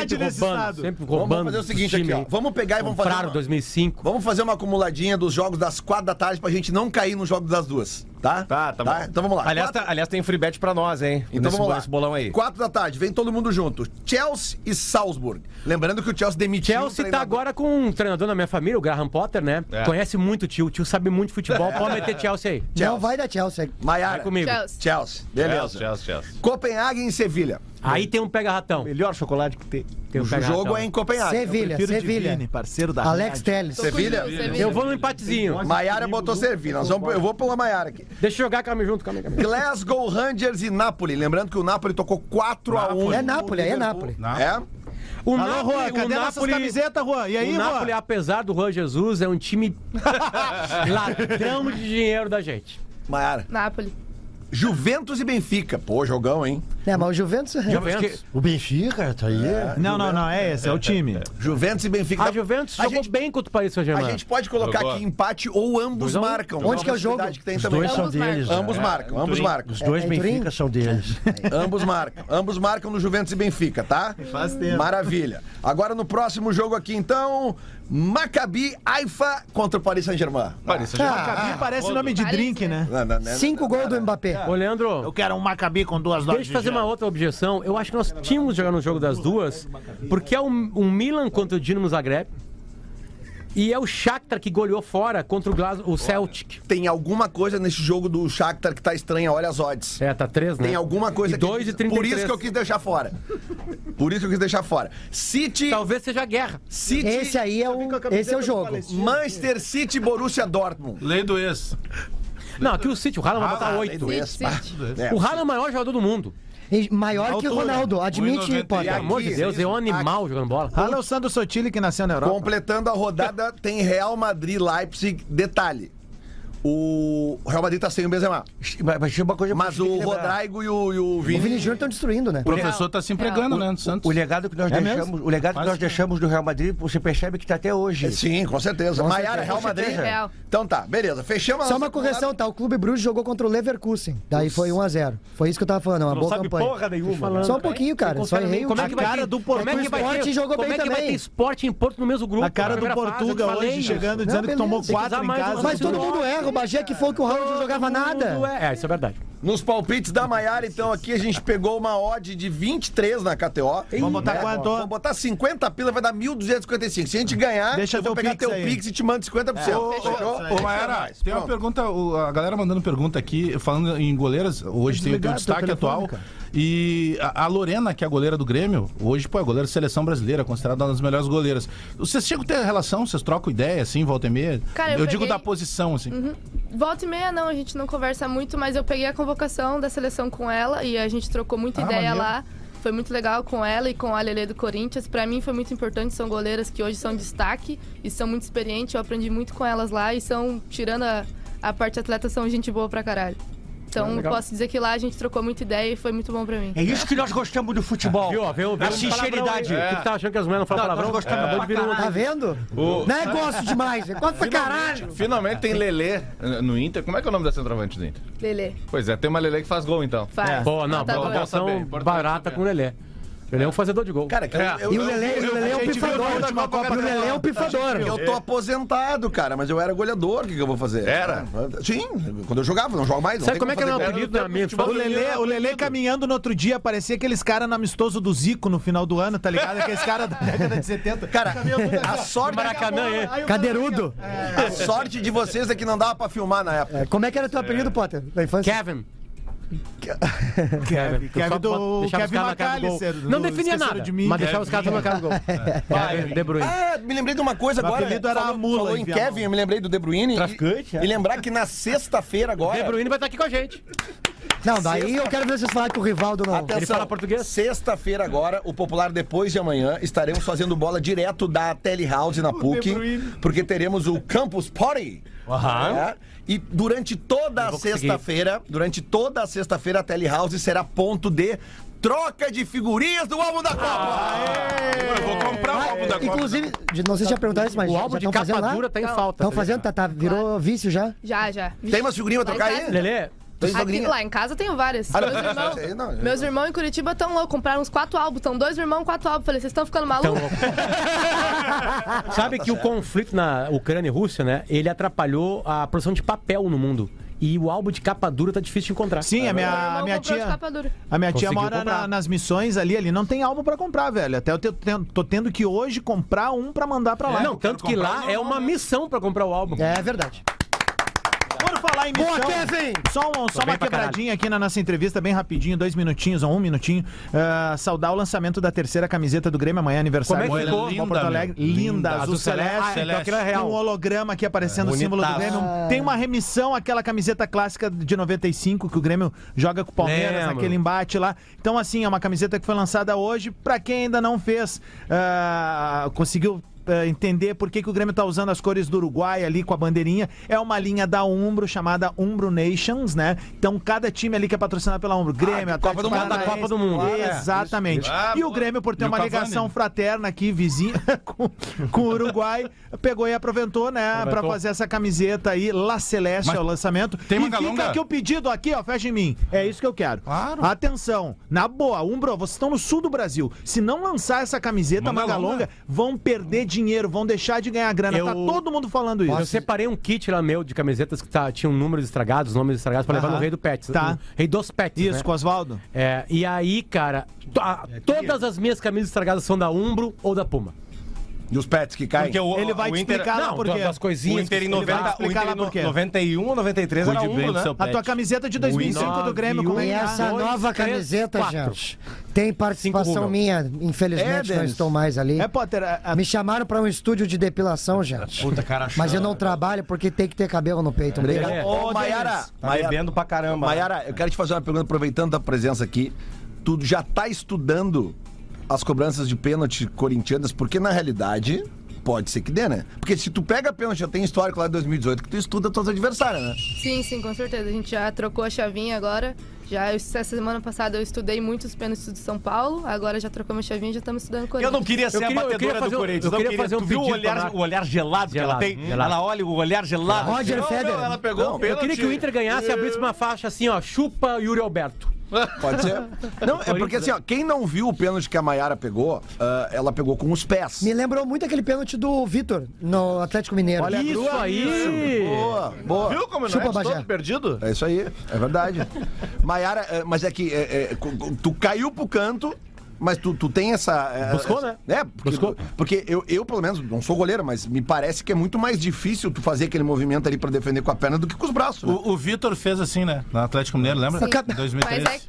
D: é? Sempre
G: nesse
D: roubando,
G: estado.
D: Tá sempre roubando.
B: é Vamos fazer o seguinte
D: time
B: aqui, ó.
D: aí.
B: Vamos pegar e vamos fazer.
D: Compraram
B: Uma,
D: 2005.
B: vamos fazer uma acumuladinha dos jogos das quatro da tarde pra gente não cair no jogo das duas, tá?
N: Tá, tá bom.
B: Então vamos lá.
N: Aliás,
B: Quatro-
N: tá- aliás, tem free bet pra nós, hein?
B: Então
N: Nesse
B: vamos
N: bo-
B: lá.
N: Esse bolão aí.
B: Quatro da tarde, vem todo mundo junto. Chelsea e Salzburg. Lembrando que o Chelsea demitiu. o
D: Chelsea tá
B: um treinador. É.
D: agora com um treinador da minha família, o Graham Potter, né? Conhece muito o tio, o tio sabe muito de futebol, pode meter Chelsea aí.
J: Não vai dar Chelsea.
B: Maiara.
D: Vai comigo.
H: Chelsea.
B: Chelsea. Beleza.
O: Chelsea, Chelsea.
B: Copenhague e Sevilha.
D: Aí tem um pega-ratão.
N: Melhor chocolate que tem.
D: Tem um
B: O
D: pega-ratão.
B: jogo é em Copenhague.
J: Sevilha,
G: Prefiro
J: Sevilha.
G: Divine, parceiro da
J: Alex
G: rádio.
J: Telles.
H: Tô com
B: Sevilha?
H: Deus, Sevilha.
D: Eu vou no empatezinho.
B: Maiara botou Sevilha. Nós vamos, eu vou pela Maiara aqui.
D: Deixa eu jogar calma junto, calma aí, calma aí.
B: Glasgow Rangers e Napoli. Lembrando que o Napoli tocou 4x1.
J: É Nápoles, é Nápoles.
B: É?
D: O
G: Alô, Juan,
D: Napoli, o
G: cadê nossas
D: Napoli,
G: camisetas, Juan? E aí,
D: o Napoli,
G: Juan?
D: apesar do Juan Jesus, é um time ladrão de dinheiro da gente.
B: Maiara.
H: Nápoles.
B: Juventus e Benfica. Pô, jogão, hein?
J: É, mas o Juventus.
D: Juventus.
F: O Benfica tá aí.
G: Não, não, não, é esse, é o time.
B: Juventus e Benfica.
D: A Juventus
B: a
D: jogou
B: gente,
D: bem contra o Paris Saint-Germain.
B: a gente pode colocar
O: Jogou.
B: aqui empate ou ambos
D: Dois a um.
B: marcam.
J: Onde
B: É uma
J: que é o jogo?
B: possibilidade Que tem
F: Os
B: também.
F: dois são
H: Ambos marcam.
F: deles. né?
B: Ambos marcam, ambos marcam.
F: Os dois
J: É, é em Turim?
F: Benfica são deles.
B: Ambos marcam. Ambos marcam no Juventus e Benfica, tá?
G: Faz tempo.
B: Maravilha. Agora no próximo jogo aqui, então, Maccabi Haifa contra o Paris Saint-Germain. Ah,
O: Parecia
G: Macabi parece nome de
H: Parece,
G: drink, né?
B: Não, não, não,
J: Cinco gols do Mbappé.
D: Ô, Leandro,
G: quero um Macabi com duas doses
D: deixa eu fazer uma outra objeção. Eu acho que nós tínhamos jogado no jogo das duas, porque é um, um Milan contra o Dinamo Zagreb e é o Shakhtar que goleou fora contra o, Glas o Celtic.
B: Tem alguma coisa nesse jogo do Shakhtar que tá estranha, olha as odds.
D: É, tá três, né?
B: Tem alguma coisa
D: E dois
B: que...
D: e trinta e
B: Por isso
D: três.
B: que eu quis deixar fora. Por isso que eu quis deixar fora. City,
D: Talvez seja a guerra.
B: City,
J: Esse aí é o, esse é o jogo.
B: Manchester City, Borussia Dortmund.
E: Lei do ex.
D: Não, aqui o City, o Haaland vai
B: Ah,
D: botar oito.
B: Dois,
H: City,
B: pá.
H: City.
B: É.
D: O Haaland é o maior jogador do mundo.
J: E Maior que o Ronaldo, admite,
E: 1,91.
J: pode.
D: Pelo amor de Deus, é um animal jogando bola.
G: Fala o Sandro Sotile que nasceu na Europa.
B: Completando a rodada, tem Real Madrid, Leipzig. Detalhe: o Real Madrid tá sem o Benzema.
F: Mas, mas tinha uma coisa pra
B: Mas
F: gente
B: o
F: lembrar.
B: Rodrigo e o, e o
J: O
B: Vini.
J: Vini Júnior estão destruindo, né?
E: O professor tá se empregando, né, no Santos.
F: O legado que
G: É
F: nós deixamos, o legado É que é. nós deixamos do Real Madrid, você percebe que tá até hoje.
B: Sim, com certeza. Maiara, Real Madrid.
F: certeza.
H: Real.
B: Então tá, beleza. Fechamos a
J: Só
B: nossa
J: uma correção, tá? O Clube Bruges jogou contra o Leverkusen. Daí foi 1x0. Foi isso que eu tava falando, é uma boa campanha.
D: Falando.
J: Só um pouquinho, cara. Só errei um o
D: Como é que
J: time.
D: vai
G: cara
D: ter,
G: do
D: como é que vai
J: Porto
D: ter-
J: jogou
D: como
J: bem
D: é que vai
J: também.
D: ter esporte em Porto no mesmo grupo?
G: A cara do
D: Primeira fase, eu te
G: Portuga
D: falei
G: hoje
D: isso.
G: chegando, dizendo que
J: beleza.
G: tomou
J: Tem que
G: quatro
D: usar
G: em
D: mais
G: casa.
D: uma
J: Mas todo mundo erra, o Bagé que foi que o Raul não jogava
D: Tudo
J: nada.
D: É, é, isso é verdade.
B: Nos palpites da Maiara, então, aqui a gente pegou uma odd de 23 na KTO.
G: Vamos botar quanto?
B: Né? Vamos botar 50 pila, vai dar 1.255. Se a gente ganhar,
G: Deixa
B: eu vou
G: teu
B: pegar
G: Pix
B: teu
G: aí.
B: Pix e te mando 50%.
E: Ô,
B: Fechou?
E: ô, ô, Maera,
B: Fechou.
E: tem uma
B: Pronto.
E: pergunta, o- a galera mandando pergunta aqui, falando em goleiras, hoje tem o teu
G: Desligado teu
E: destaque
G: telefone,
E: atual.
G: cara.
E: E a, a Lorena, que é a goleira do Grêmio, hoje, pô, é goleira da seleção brasileira, considerada uma das melhores goleiras. Vocês chegam a ter relação, vocês trocam ideia, assim, volta e meia?
H: Cara, eu
E: digo
H: peguei-
E: da posição, assim.
H: Uhum. Volta e meia, não, a gente não conversa muito, mas eu peguei a convocação da seleção com ela e a gente trocou muita
E: Ah,
H: ideia
E: maneiro.
H: lá. Foi muito legal com ela e com a Lele do Corinthians. Pra mim foi muito importante, são goleiras que hoje são destaque e são muito experientes. Eu aprendi muito com elas lá e são, tirando a, a parte atleta, são gente boa pra caralho.
K: Ah,
H: Então
K: legal.
H: posso dizer que lá a gente trocou muita ideia e foi muito bom pra mim.
K: É isso que nós gostamos
G: Ah.
K: do futebol.
D: Viu, ó, veio- veio
K: a
D: um
K: sinceridade.
D: palavrão aí. Tu que tá achando que as mulheres não falam palavrão?
K: Nós gostamos
D: É.
K: pra
D: Acabou de virar um-
K: caralho.
J: Tá vendo?
I: O-
J: Negócio demais, é quanto pra caralho.
I: Finalmente tem Lelê eh, no Inter. Como é que é o nome da centroavante do Inter?
H: Lele.
I: Pois é, tem uma Lelê que faz gol, então.
H: Faz. É.
D: Boa, não,
H: Tá
D: boa
H: bom.
I: Bom
D: relação
I: saber, importante
D: barata com o Lelé. O Lelé é um fazedor de gol.
B: Cara, que eu-
D: É.
B: eu-
J: E o Lelé,
B: eu-
J: e o Lelé é um
B: eu- eu-
J: pifador.
B: eu- eu- eu- eu-
J: E o Lelé é um pifador.
B: Eu tô aposentado, cara, mas eu era goleador, o que, que eu vou fazer?
I: Era?
B: Sim, quando eu jogava, não jogo mais. Não
D: Sabe
B: tem
D: como é que
B: fazer
D: era o
B: gol.
D: apelido da minha
G: O Lelê, o Lelê caminhando no outro dia, parecia aqueles caras no amistoso do Zico no final do ano, tá ligado? Aqueles caras da década de 70.
B: Cara,
G: Caminhando tudo
B: a
G: assim, ó.
B: sorte- Maracanã,
G: Aí o
B: é?
G: cara-
J: Cadeirudo.
B: A sorte de vocês é que não dava pra filmar na época.
J: É, Como é que era teu apelido, Potter? Da infância?
D: Kevin.
G: Kevin,
D: Tu só
G: Kevin do
D: bota- deixava os
G: Kevin
D: caras na cara do gol.
G: McAllister. do
D: Não definia
G: Esqueceram
D: nada,
G: de Mim.
D: mas deixava os caras na cara do gol. Kevin De Bruyne.
B: Ah, me lembrei de uma coisa
G: O
B: agora.
G: apelido era
B: falou,
G: a mula,
B: falou em
G: enviar
B: Kevin,
G: mão.
B: eu me lembrei do De Bruyne. E,
F: Traficante, é.
B: e lembrar que na sexta-feira agora.
D: De Bruyne vai estar aqui com a gente.
J: Não, daí eu quero ver vocês falarem que o Rivaldo não.
B: Atenção,
D: Ele fala português?
B: Sexta-feira agora, o Popular depois de amanhã, estaremos fazendo bola direto da Telehouse na PUC, porque teremos o Campus Party. né? E durante toda a
D: conseguir.
B: sexta-feira, durante toda a sexta-feira, a Telehouse será ponto de troca de figurinhas do álbum da Copa.
I: Eu vou comprar o álbum da Copa.
J: Inclusive, de- não sei se já perguntaram isso, mas
D: O
J: já
D: álbum de
J: tão fazendo
D: capa
J: lá?
D: dura tá em
H: Não.
D: falta.
J: Estão fazendo, tá, tá, virou vício já?
H: Já, já.
B: Tem umas figurinhas pra
H: Lá em
B: trocar
H: casa-
B: aí?
D: Lelê,
B: Tem
H: Aqui,
B: figurinha?
H: lá em casa tenho várias.
B: Ah, não,
H: meus irmãos,
B: isso aí não, isso
H: meus irmãos em Curitiba estão loucos, compraram uns quatro álbuns. Estão dois irmãos, quatro álbuns. Falei, vocês estão ficando
D: Tão
H: malucos?
D: louco. Sabe que o conflito na Ucrânia e Rússia, né? Ele atrapalhou a produção de papel no mundo. E o álbum de capa dura tá difícil de encontrar.
G: Sim, a
H: Meu
G: minha,
H: irmão
G: a minha
H: comprou de
G: tia.
H: capa dura.
G: A minha tia
D: Conseguiu
G: mora
D: comprar.
G: na- nas missões ali, ali não tem álbum pra comprar, velho. Até eu te- ten- tô tendo que hoje comprar um pra mandar pra lá.
D: É, Não, tanto que lá é uma missão pra comprar o álbum.
J: É verdade.
G: Por falar em missão,
J: Boa, Kevin!
G: só, um- só
D: bem
G: uma
D: pra
G: quebradinha aqui na nossa entrevista, bem rapidinho, dois minutinhos ou um minutinho. Ah, saudar o lançamento da terceira camiseta do Grêmio, amanhã é aniversário.
D: Como é que
G: do
D: ficou?
G: Futebol Porto Alegre. Linda, azul celeste.
E: Ah, então aquilo
G: é real. Um holograma aqui
D: É,
G: aparecendo o símbolo do Grêmio. Tem uma remissão àquela camiseta clássica de 95 que o Grêmio joga com o Palmeiras,
D: Lembro.
G: naquele embate lá. Então, assim, é uma camiseta que foi lançada hoje. Pra quem ainda não fez, ah, conseguiu. ah, entender por que, que o Grêmio tá usando as cores do Uruguai ali com a bandeirinha. É uma linha da Umbro chamada Umbro Nations, né? Então cada time ali que é patrocinado pela Umbro. Grêmio, Atlético
D: Ah, Copa do Mundo, da
G: Paranaense,
D: Copa do Mundo.
G: Exatamente.
I: Ah,
G: e o
I: boa.
G: Grêmio, por ter
E: E o
G: uma
E: Cavani,
G: ligação
E: né?
G: fraterna aqui, vizinha, com, com o Uruguai, pegou e aproveitou, né, pra fazer essa camiseta aí, La Celeste,
E: Mas
G: é o lançamento.
E: tem uma
G: e fica
E: galonga?
G: aqui o pedido aqui, ó, fecha em mim. É isso que eu quero.
E: Claro.
G: Atenção, na boa, Umbro, vocês estão no sul do Brasil. Se não lançar essa camiseta
E: Manga
G: Magalonga,
E: longa.
G: vão perder dinheiro, vão deixar de ganhar grana.
D: Eu-
G: Tá todo mundo falando isso.
D: Eu separei um kit lá meu de camisetas que tá, tinham números estragados, nomes estragados, pra levar
G: Aham.
D: no Rei do Pets.
G: Tá.
D: no Rei dos Pets.
G: Isso,
D: né?
G: com o Oswaldo.
D: É, e aí, cara, to- a- todas as minhas camisas estragadas são da Umbro ou da Puma.
B: E os pets que caem.
F: Porque o,
G: Ele vai
F: o
G: te
F: Inter,
G: explicar lá
D: Não,
G: por
D: da-
G: quê.
D: das coisinhas.
F: o Inter em
D: que-
G: vai
F: 90, o
G: explicar lá
F: Inter em
G: por quê.
F: 91 ou 93 era
E: Cuide bem
F: Umbro,
E: do
F: né?
E: seu
G: A tua camiseta é de 2005 do Grêmio, como é
J: E
G: que
J: essa
G: tá?
D: Um, dois,
J: nova
D: três,
J: camiseta,
D: quatro.
J: gente, tem participação
D: Google.
J: minha.
B: É,
J: Infelizmente, não
B: Denis.
J: estou mais ali.
G: É, Potter, a, a
J: Me chamaram pra um estúdio de depilação, gente.
F: Puta, cara,
J: Mas eu não trabalho porque tem que ter cabelo no peito. Obrigado.
D: É.
B: Ô, Maiara,
F: Tá é-
B: Maiara,
F: bebendo pra caramba.
B: Mayara, eu quero te fazer uma pergunta, aproveitando a presença aqui. Tu já tá estudando as cobranças de pênalti corintianas, porque na realidade. Pode ser que dê, né? Porque se tu pega pênalti, já tem histórico lá de 2018 que tu estuda tuas adversárias, né?
H: Sim, sim, com certeza. A gente já trocou a chavinha agora. Já, eu- essa semana passada eu estudei muitos pênaltis de São Paulo, agora já trocamos a chavinha e já estamos estudando
F: Eu
H: Corinthians.
F: não queria ser
D: Eu queria- eu
F: a
D: queria
F: batedora
D: fazer
F: do
D: um-
F: Corinthians.
D: eu
F: não
D: queria
F: queria
D: fazer um
F: tu viu o
D: pedido pra
F: olhar,
D: Mara.
F: o olhar
D: Gelado,
F: gelado, que ela tem?
D: gelado.
F: Ela olha o olhar gelado.
J: Roger Federer.
I: Ela pegou
F: um
I: o
D: Eu
I: pênalti.
D: queria que o Inter ganhasse e abrisse uma faixa assim, ó, chupa Yuri Alberto.
B: Pode ser. Não, é porque assim, ó, quem não viu o pênalti que a Maiara pegou, ah, ela pegou com os pés.
J: Me lembrou muito aquele pênalti do Vitor no Atlético Mineiro.
B: Olha a
D: Isso
B: grua,
D: aí.
F: é?
B: Boa, boa.
I: Viu como não
J: Chupa,
I: é de
J: Bagé.
I: todo perdido?
B: É isso aí, é verdade. Maiara, é, mas é que é, é, cu- cu- tu caiu pro canto, Mas tu, tu tem essa. é,
D: Buscou,
B: essa-
D: né?
B: É, porque,
D: Buscou.
B: porque eu, eu, pelo menos, não sou goleiro, mas me parece que é muito mais difícil tu fazer aquele movimento ali pra defender com a perna do que com os braços. né?
E: O, o Vitor fez assim, né? Na Atlético Mineiro, lembra?
B: Sim.
E: Em 2013.
B: Mas é-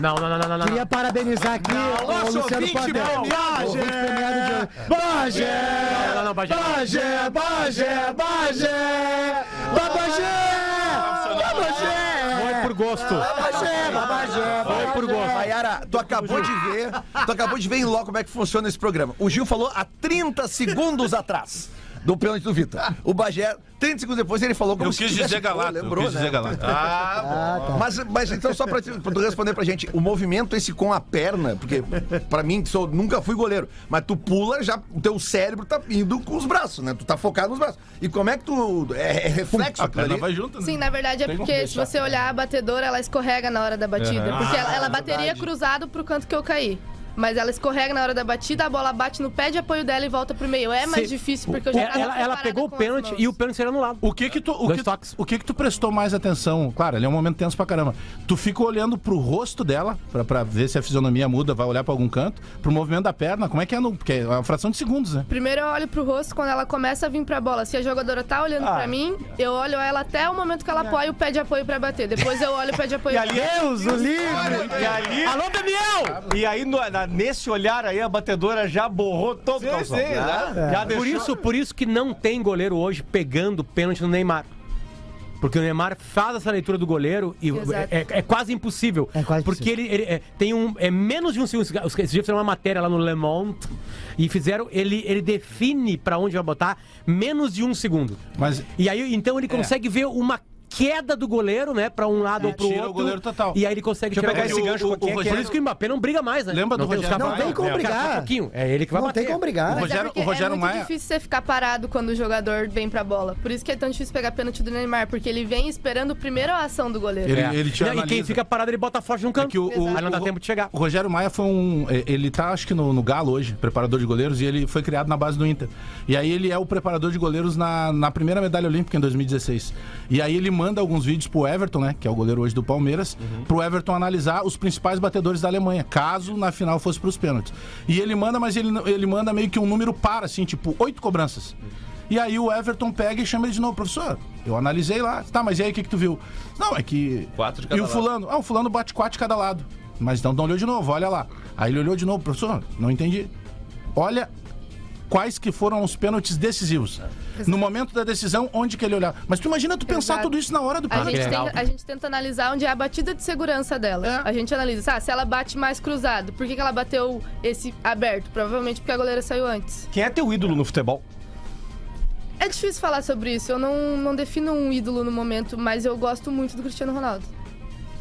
D: Não, não, não, não, não. não.
J: Queria parabenizar aqui o
D: nosso
J: Luciano
D: ouvinte
J: Padre.
D: premiado.
J: Ouvinte premiado de-
D: Bagé! Não, não, não, Bagé.
J: Bagé, Bagé, Bagé! Babagé! Babagé!
D: Foi por gosto.
B: Babagé, babagé,
D: Foi por gosto.
B: Mayara, tu acabou de ver, tu acabou de ver em logo como é que funciona esse programa. O Gil falou há 30 segundos atrás do pênalti do Vitor. O Bagé, 30 segundos depois, ele falou como
E: Eu
B: se
E: quis
B: tivesse-
E: dizer Galato,
B: Pô,
E: eu
B: lembrou,
E: quis
B: né?
E: dizer Galato.
B: Ah, tá. Mas, mas então, só pra, te- pra tu responder pra gente, o movimento esse com a perna, porque pra mim, que sou, nunca fui goleiro, mas tu pula, já o teu cérebro tá indo com os braços, né? Tu tá focado nos braços. E como é que tu... É, é reflexo
E: A
B: aquilo
E: perna
B: ali?
E: vai junto, né?
H: Sim, na verdade é
E: Tem como
H: porque se
E: deixar.
H: você olhar a batedora, ela escorrega na hora da batida.
E: Aham.
H: Porque ela, ela
E: Ah,
H: bateria
E: verdade.
H: cruzado pro canto que eu caí. Mas ela escorrega na hora da batida, a bola bate no pé de apoio dela e volta pro meio. É mais
D: Se-
H: difícil porque eu
D: o-
H: já
D: ela-
H: tava
D: ela, ela
H: preparada
D: pegou o
H: com as
D: pênalti
H: mãos.
D: e o pênalti era anulado.
E: O que que tu, o
D: Dois
E: que, tu- o que que tu prestou mais atenção? Claro, ele é um momento tenso pra caramba. Tu fica olhando pro rosto dela, pra, pra ver se a fisionomia muda, vai olhar pra algum canto, pro movimento da perna, como é que é? No, porque é uma fração de segundos, né?
H: Primeiro eu olho pro rosto quando ela começa a vir pra bola. Se a jogadora tá olhando
E: Ah.
H: pra mim, eu olho ela até o momento que ela apoia o pé de apoio pra bater. Depois eu olho o pé de apoio
F: E
H: pra
E: é
F: ali, Deus, o livre! E ali,
D: Alô, Daniel!
F: e aí no- na- nesse olhar aí, a batedora já borrou todo o calção. já,
G: né?
F: já
D: por,
F: deixou-
D: isso, por isso que não tem goleiro hoje pegando pênalti no Neymar. Porque o Neymar faz essa leitura do goleiro e é, é- é quase impossível. porque ele, ele, é, tem um. É menos de um segundo. Os- Esses dias fizeram uma matéria lá no Le Monde e fizeram. Ele, ele define pra onde vai botar menos de um segundo.
E: Mas-
D: e aí, então,
E: É.
D: ele consegue ver uma queda do goleiro, né? Pra um lado ou pro
E: tira o
D: outro.
E: goleiro total.
D: E aí ele consegue
E: Deixa eu
D: tirar
E: pegar esse gancho com quem é que
D: Por
E: é.
D: isso que o Mbappé não briga mais, né?
E: Lembra do
D: tem- os
E: Rogério
D: caras
E: Maia?
D: falam,
E: Não tem como
D: "Cara, só um
J: brigar."
D: pouquinho. É ele que vai
J: Não
D: bater.
J: tem como brigar.
H: Mas
E: Rogério-
H: é porque
E: o Rogério
H: é muito
E: Maia-
H: difícil você ficar parado quando o jogador vem pra bola. Por isso que é tão difícil pegar pênalti do Neymar, porque ele vem esperando primeiro a ação do goleiro.
E: Ele- ele te
D: É. Não, e quem
E: analisa.
D: fica parado, ele bota forte no
E: É
D: canto.
E: que o, o-
D: Aí não dá
E: o-
D: tempo de chegar.
E: O Rogério Maia foi um. é, Ele tá, acho que no, no Galo hoje, preparador de goleiros, e ele foi criado na base do Inter. E aí ele é o preparador de goleiros na, na primeira medalha olímpica em 2016. E aí ele manda alguns vídeos pro Everton, né? Que é o goleiro hoje do Palmeiras,
D: Uhum.
E: pro Everton analisar os principais batedores da Alemanha, caso na final fosse pros pênaltis. E ele manda, mas ele, não- ele manda meio que um número par, assim, tipo, oito cobranças.
D: Uhum.
E: E aí o Everton pega e chama ele de novo, professor. Eu analisei lá. Tá, mas e aí o que, que tu viu? Não, é que.
I: Quatro de
E: E
I: cada
E: o
I: lado.
E: fulano? Ah, o fulano bate quatro de cada lado. Mas então não olhou de novo, olha lá. Aí ele olhou de novo, professor, não entendi. Olha quais que foram os pênaltis decisivos. No momento da decisão, onde que ele olhar. Mas tu imagina tu pensar
H: É. Exato.
E: tudo isso na hora do
H: A
E: pênalti.
H: gente,
D: que legal.
H: tenta, a gente tenta analisar onde é a batida de segurança dela. A gente analisa, ah, se ela bate mais cruzado, por que, que ela bateu esse aberto? Provavelmente porque a goleira saiu antes.
F: Quem é teu ídolo no futebol?
H: É difícil falar sobre isso, eu não, não defino um ídolo no momento, mas eu gosto muito do Cristiano Ronaldo.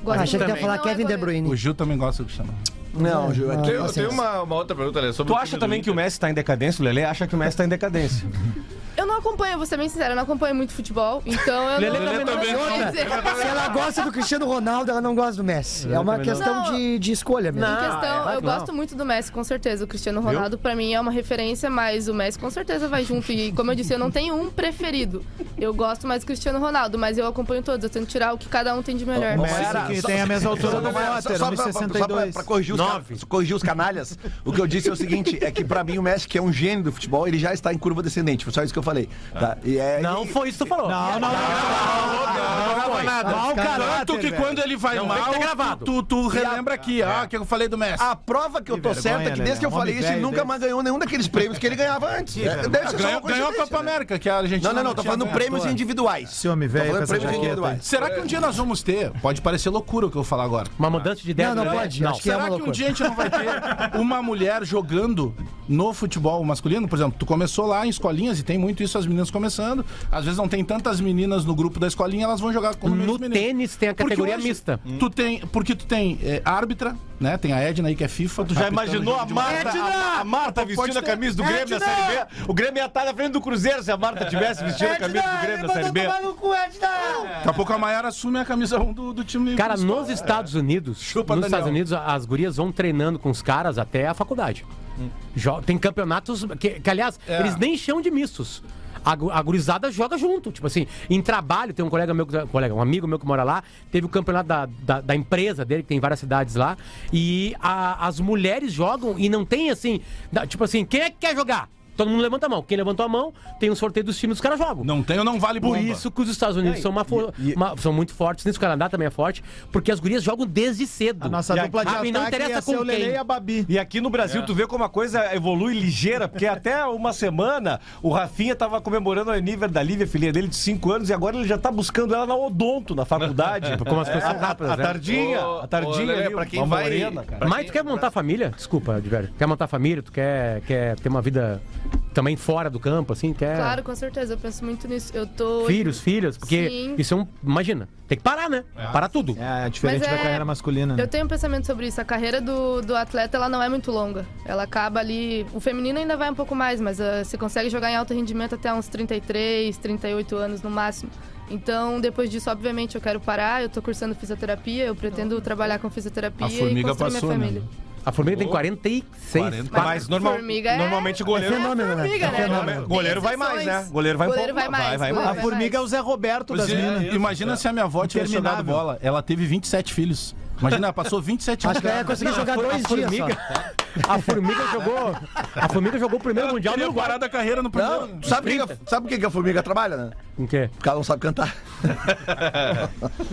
H: Gosto
J: Achei que tu ia
H: muito.
J: falar
H: Não é
J: Kevin De
H: goleiro.
J: Bruyne.
E: O Gil também gosta do Cristiano.
B: Não, Gil,
J: Ah,
B: aqui...
I: Eu, eu tenho uma, uma outra pergunta, Lê, sobre
F: Tu
I: o
F: acha
I: time do
F: também que o
I: Inter.
F: Messi tá em decadência? O Lelê acha que o Messi tá em decadência.
H: Eu não acompanho, eu vou ser bem sincera, eu não acompanho muito futebol, então eu
D: Lelê
H: não...
D: também não
H: sei dizer.
J: Se ela gosta do Cristiano Ronaldo, ela não gosta do Messi. É uma questão
H: não.
J: de, de escolha mesmo.
H: Em
D: Não, é
H: questão,
D: claro
H: eu
D: que não.
H: gosto muito do Messi, com certeza. O Cristiano Ronaldo, pra mim, é uma referência, mas o Messi com certeza vai junto. E como eu disse, eu não tenho um preferido. Eu gosto mais do Cristiano Ronaldo, mas eu acompanho todos. Eu tento tirar o que cada um tem de melhor.
G: Messi que tem a mesma altura do um Potter,
B: só, pra- só pra,
G: 1,62.
B: pra corrigir, os ca- corrigir os canalhas, o que eu disse é o seguinte: é que pra mim o Messi, que é um gênio do futebol, ele já está em curva descendente. Foi só isso que eu falei. Tá? E é,
D: Não foi isso que tu falou.
G: Não, não, não,
B: Ah,
E: Não
D: foi.
E: foi nada.
G: Mau
E: Tanto
G: caráter,
E: que
G: velho.
E: quando ele vai
D: Não, tem
E: mal,
D: que tá gravado.
E: tu, tu relembra aqui,
B: É.
E: ah, o que eu falei do Messi.
B: A prova que eu tô
G: vergonha,
B: certa é que
G: né,
B: desde que eu
G: velho?
B: falei
G: Homem
B: isso, ele
G: velho
B: nunca
G: desse.
B: mais ganhou nenhum daqueles prêmios que ele ganhava antes. É, deve ser só
E: ganhou,
B: uma
E: ganhou a
B: coincidência,
E: Copa
B: né?
E: América, que a Argentina
B: Não, não, não, tô
E: tinha
B: falando
E: ganho.
B: prêmio
G: Tô-
B: individuais.
G: Esse homem
B: Tô
G: velho com
B: falando
G: essa
B: prêmios
G: jaqueta.
B: individuais.
E: Será que um dia nós vamos ter? Pode parecer loucura o que eu vou falar agora.
D: Uma mudança de ideia.
J: Não, não
D: né?
J: pode, acho que é
E: Será
J: uma
E: que um
J: loucura.
E: dia a gente não vai ter uma mulher jogando no futebol masculino? Por exemplo, tu começou lá em escolinhas e tem muito isso, as meninas começando. Às vezes não tem tantas meninas no grupo da escolinha, elas vão jogar com
D: No
E: menos meninos.
D: tênis tem a
E: Porque
D: categoria
E: hoje
D: mista.
E: Tu tem, porque tu tem é, árbitra, né? Tem a Edna aí que é FIFA. Tu
F: Já imaginou a Marta, a, a Marta vestindo a camisa do Grêmio na Série B? O Grêmio ia estar na frente do Cruzeiro se a Marta tivesse vestido a camisa do Grêmio na Série B.
E: Daqui a pouco a Maiara assume a camisa 1 do, do time.
D: Cara,
E: principal.
D: nos Estados Unidos,
E: É. Chupa,
D: nos
E: Daniel.
D: Estados Unidos, as gurias vão treinando com os caras até a faculdade. Jo- Tem campeonatos que, que, aliás,
E: Hum. É.
D: eles nem chamam de mistos. a, gu- a gurizada joga junto. Tipo assim, em trabalho, tem um colega meu, que- um colega, um amigo meu que mora lá, teve o campeonato da, da, da empresa dele, que tem várias cidades lá, e a- as mulheres jogam e não tem assim, da- tipo assim, quem é que quer jogar? Todo mundo levanta a mão. Quem levantou a mão tem um sorteio dos times dos caras jogam.
E: Não tem ou não vale
D: Por
E: bomba.
D: isso que os Estados Unidos
E: É,
D: são, uma fo- uma- são muito fortes, nisso o Canadá também é forte, porque as gurias jogam desde cedo.
G: A nossa dupla de
D: Sabe,
G: ataque
D: não interessa
G: ia ser
D: com
G: o Lele
D: quem.
G: e a Babi.
F: E aqui no Brasil,
G: É.
F: tu vê como a coisa evolui ligeira, porque até uma semana o Rafinha tava comemorando o aniversário da Lívia, filha dele de 5 anos, e agora ele já tá buscando ela na Odonto, na faculdade. É,
D: Como as coisas são rápidas,
F: a, a
D: né?
F: tardinha,
D: Ô,
F: a tardinha
D: ô, Lelê,
F: ali,
D: pra quem
F: uma
D: vai-
F: morena, cara.
D: Mas tu quer montar família? Desculpa, Diverio. Quer montar família? Tu quer, quer ter uma vida também fora do campo, assim? Quer
H: Claro, com certeza, eu penso muito nisso. Eu tô.
D: filhos, filhas? Porque
H: Sim.
D: isso é um... Imagina, tem que parar, né? Parar tudo.
G: É,
H: diferente Mas da é- carreira
G: masculina,
H: Eu tenho um pensamento sobre isso. A carreira do, do atleta ela não é muito longa. Ela acaba ali. O feminino ainda vai um pouco mais, mas ah, você consegue jogar em alto rendimento até uns 33, 38 anos no máximo. Então, depois disso, obviamente, eu quero parar. Eu tô cursando fisioterapia, eu pretendo trabalhar com fisioterapia e construir minha família.
D: A formiga tem 46.
F: Mas normal,
H: Formiga é-
F: normalmente goleiro.
H: é fenômeno, né? Formiga, né?
F: Goleiro- Goleiro vai mais, né? Goleiro vai um
H: Goleiro
F: pouco
H: vai mais,
G: a formiga é o Zé Roberto
E: Pois
G: das
E: é,
G: minas.
E: imagina se a minha avó tivesse jogado
G: Interminável.
E: bola. Ela teve 27 filhos. Imagina, ela passou 27
G: Acho que ela ia conseguir jogar dois dias
D: A formiga jogou. A formiga jogou o primeiro mundial no Uruguai.
E: da carreira no primeiro.
B: Não, sabe por que que, a- sabe por que que a formiga trabalha, né?
D: Em quê?
B: Porque ela não sabe cantar.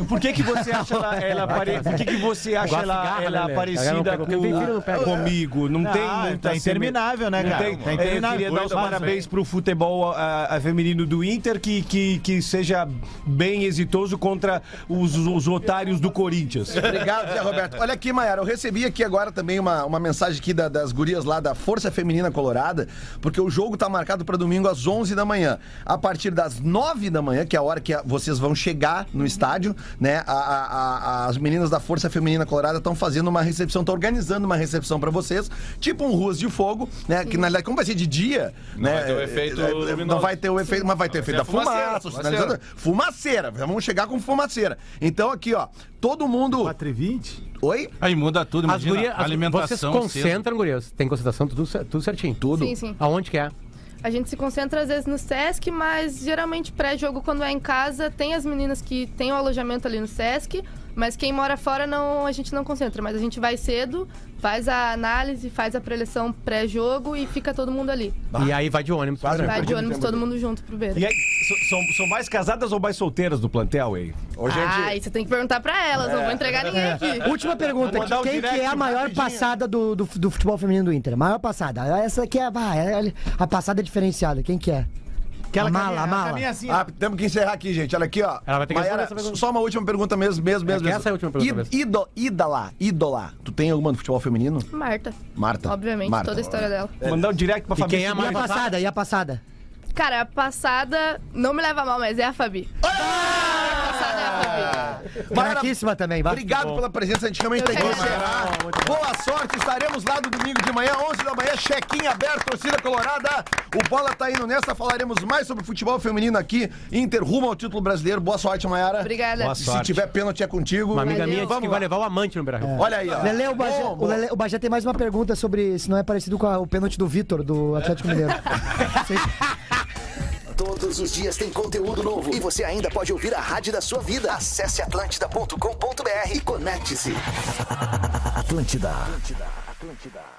F: Por que, que você acha ela, ela pare- Por que, que você acha
G: Gosto de
F: Tá, ela,
G: garra,
F: ela
G: né, Lelê?
F: parecida
G: Ela não pega- quem tem filho não pega.
F: com, comigo? Não
G: Ah,
F: tem
G: tá
F: muita
G: interminável, né,
F: Não
G: cara?
F: tem-
G: Tá interminável.
F: Eu queria dar os
G: Mas-
F: parabéns pro futebol ah, ah, feminino do Inter que, que, que seja bem exitoso contra os, os otários do Corinthians.
B: Obrigado, Zé Roberto. Olha aqui, Mayara, eu recebi aqui agora também uma, uma mensagem aqui da- das gurias lá da Força Feminina Colorada, porque o jogo tá marcado para domingo às 11 da manhã. A partir das 9 da manhã, que é a hora que a- vocês vão chegar no estádio, né? a- a- a- as meninas da Força Feminina Colorada estão fazendo uma recepção, estão organizando uma recepção para vocês, tipo um Ruas de Fogo, né? Que na verdade, como vai ser de dia, né?
I: vai ter o efeito
B: é, é, não
I: luminoso.
B: vai ter o efeito, mas vai ter o efeito da
I: vai ser a fumaceira,
B: fumaça, os
I: fumaceira.
B: sinalizadores. Fumaceira, já vamos chegar com fumaceira. Então aqui, ó, todo mundo. 4
G: e 20?
B: Oi?
E: Aí muda tudo,
D: As
E: imagina.
D: gurias, as- vocês
E: alimentação.
D: concentram, gurias. Tem concentração, tudo, cer- tudo certinho. Tudo.
H: Sim, sim.
D: Aonde que é?
H: A gente se concentra às vezes no Sesc, mas geralmente pré-jogo quando é em casa, tem as meninas que têm o alojamento ali no Sesc, mas quem mora fora não, a gente não concentra, mas a gente vai cedo, faz a análise, faz a preleção pré-jogo e fica todo mundo ali.
D: E aí vai de ônibus.
H: Vai de ônibus todo mundo junto pro beira.
F: E aí, so- são, são mais casadas ou mais solteiras do plantel, aí?
H: Ah, isso tem que perguntar pra elas, não vou entregar ninguém aqui.
J: Última pergunta:
F: mandar um
J: quem que
F: direct
J: é a maior passada do, do, do futebol feminino do Inter? A maior passada. Essa aqui é a, ah, é a passada diferenciada. Quem que é? a
F: É,
J: mala, a mala.
F: assim,
B: ah, temos que encerrar aqui, gente. Olha aqui, ó.
D: Ela vai ter que
B: Maiara,
D: responder essa pergunta.
B: Só uma última pergunta mesmo, mesmo, mesmo.
D: que essa é a última pergunta mesmo.
B: Ídolo, ídola, ídola. Tu tem alguma do futebol feminino?
H: Marta.
B: Marta.
H: Obviamente,
B: Marta.
H: toda a história dela.
F: Mandar um direct pra
J: E quem é a,
F: mais
J: mais passada? E a passada?
H: Cara, a passada, não me leva a mal, mas é a Fabi.
D: é
J: Fraquíssima também, vai.
B: Obrigado pela presença, a gente realmente tem que encerrar. Boa sorte, estaremos lá no domingo de manhã, 11 da manhã, check-in aberto, torcida colorada. O Bola tá indo nessa, falaremos mais sobre futebol feminino aqui, Inter rumo ao título brasileiro. Boa sorte, Mayara.
H: Obrigada. Boa
B: Se
H: sorte.
B: tiver pênalti é contigo.
D: Uma amiga minha disse que
B: Vamos lá.
D: vai levar o amante no Brasil.
B: Olha aí, ó.
J: Lele, o Bagé,
B: Bom,
J: o, Lele, o Bagé tem mais uma pergunta sobre se não é parecido com a- o pênalti do Vitor, do Atlético Mineiro.
P: Todos os dias tem conteúdo novo e você ainda pode ouvir a rádio da sua vida. Acesse atlântida.com.br e conecte-se. Atlântida. Atlântida.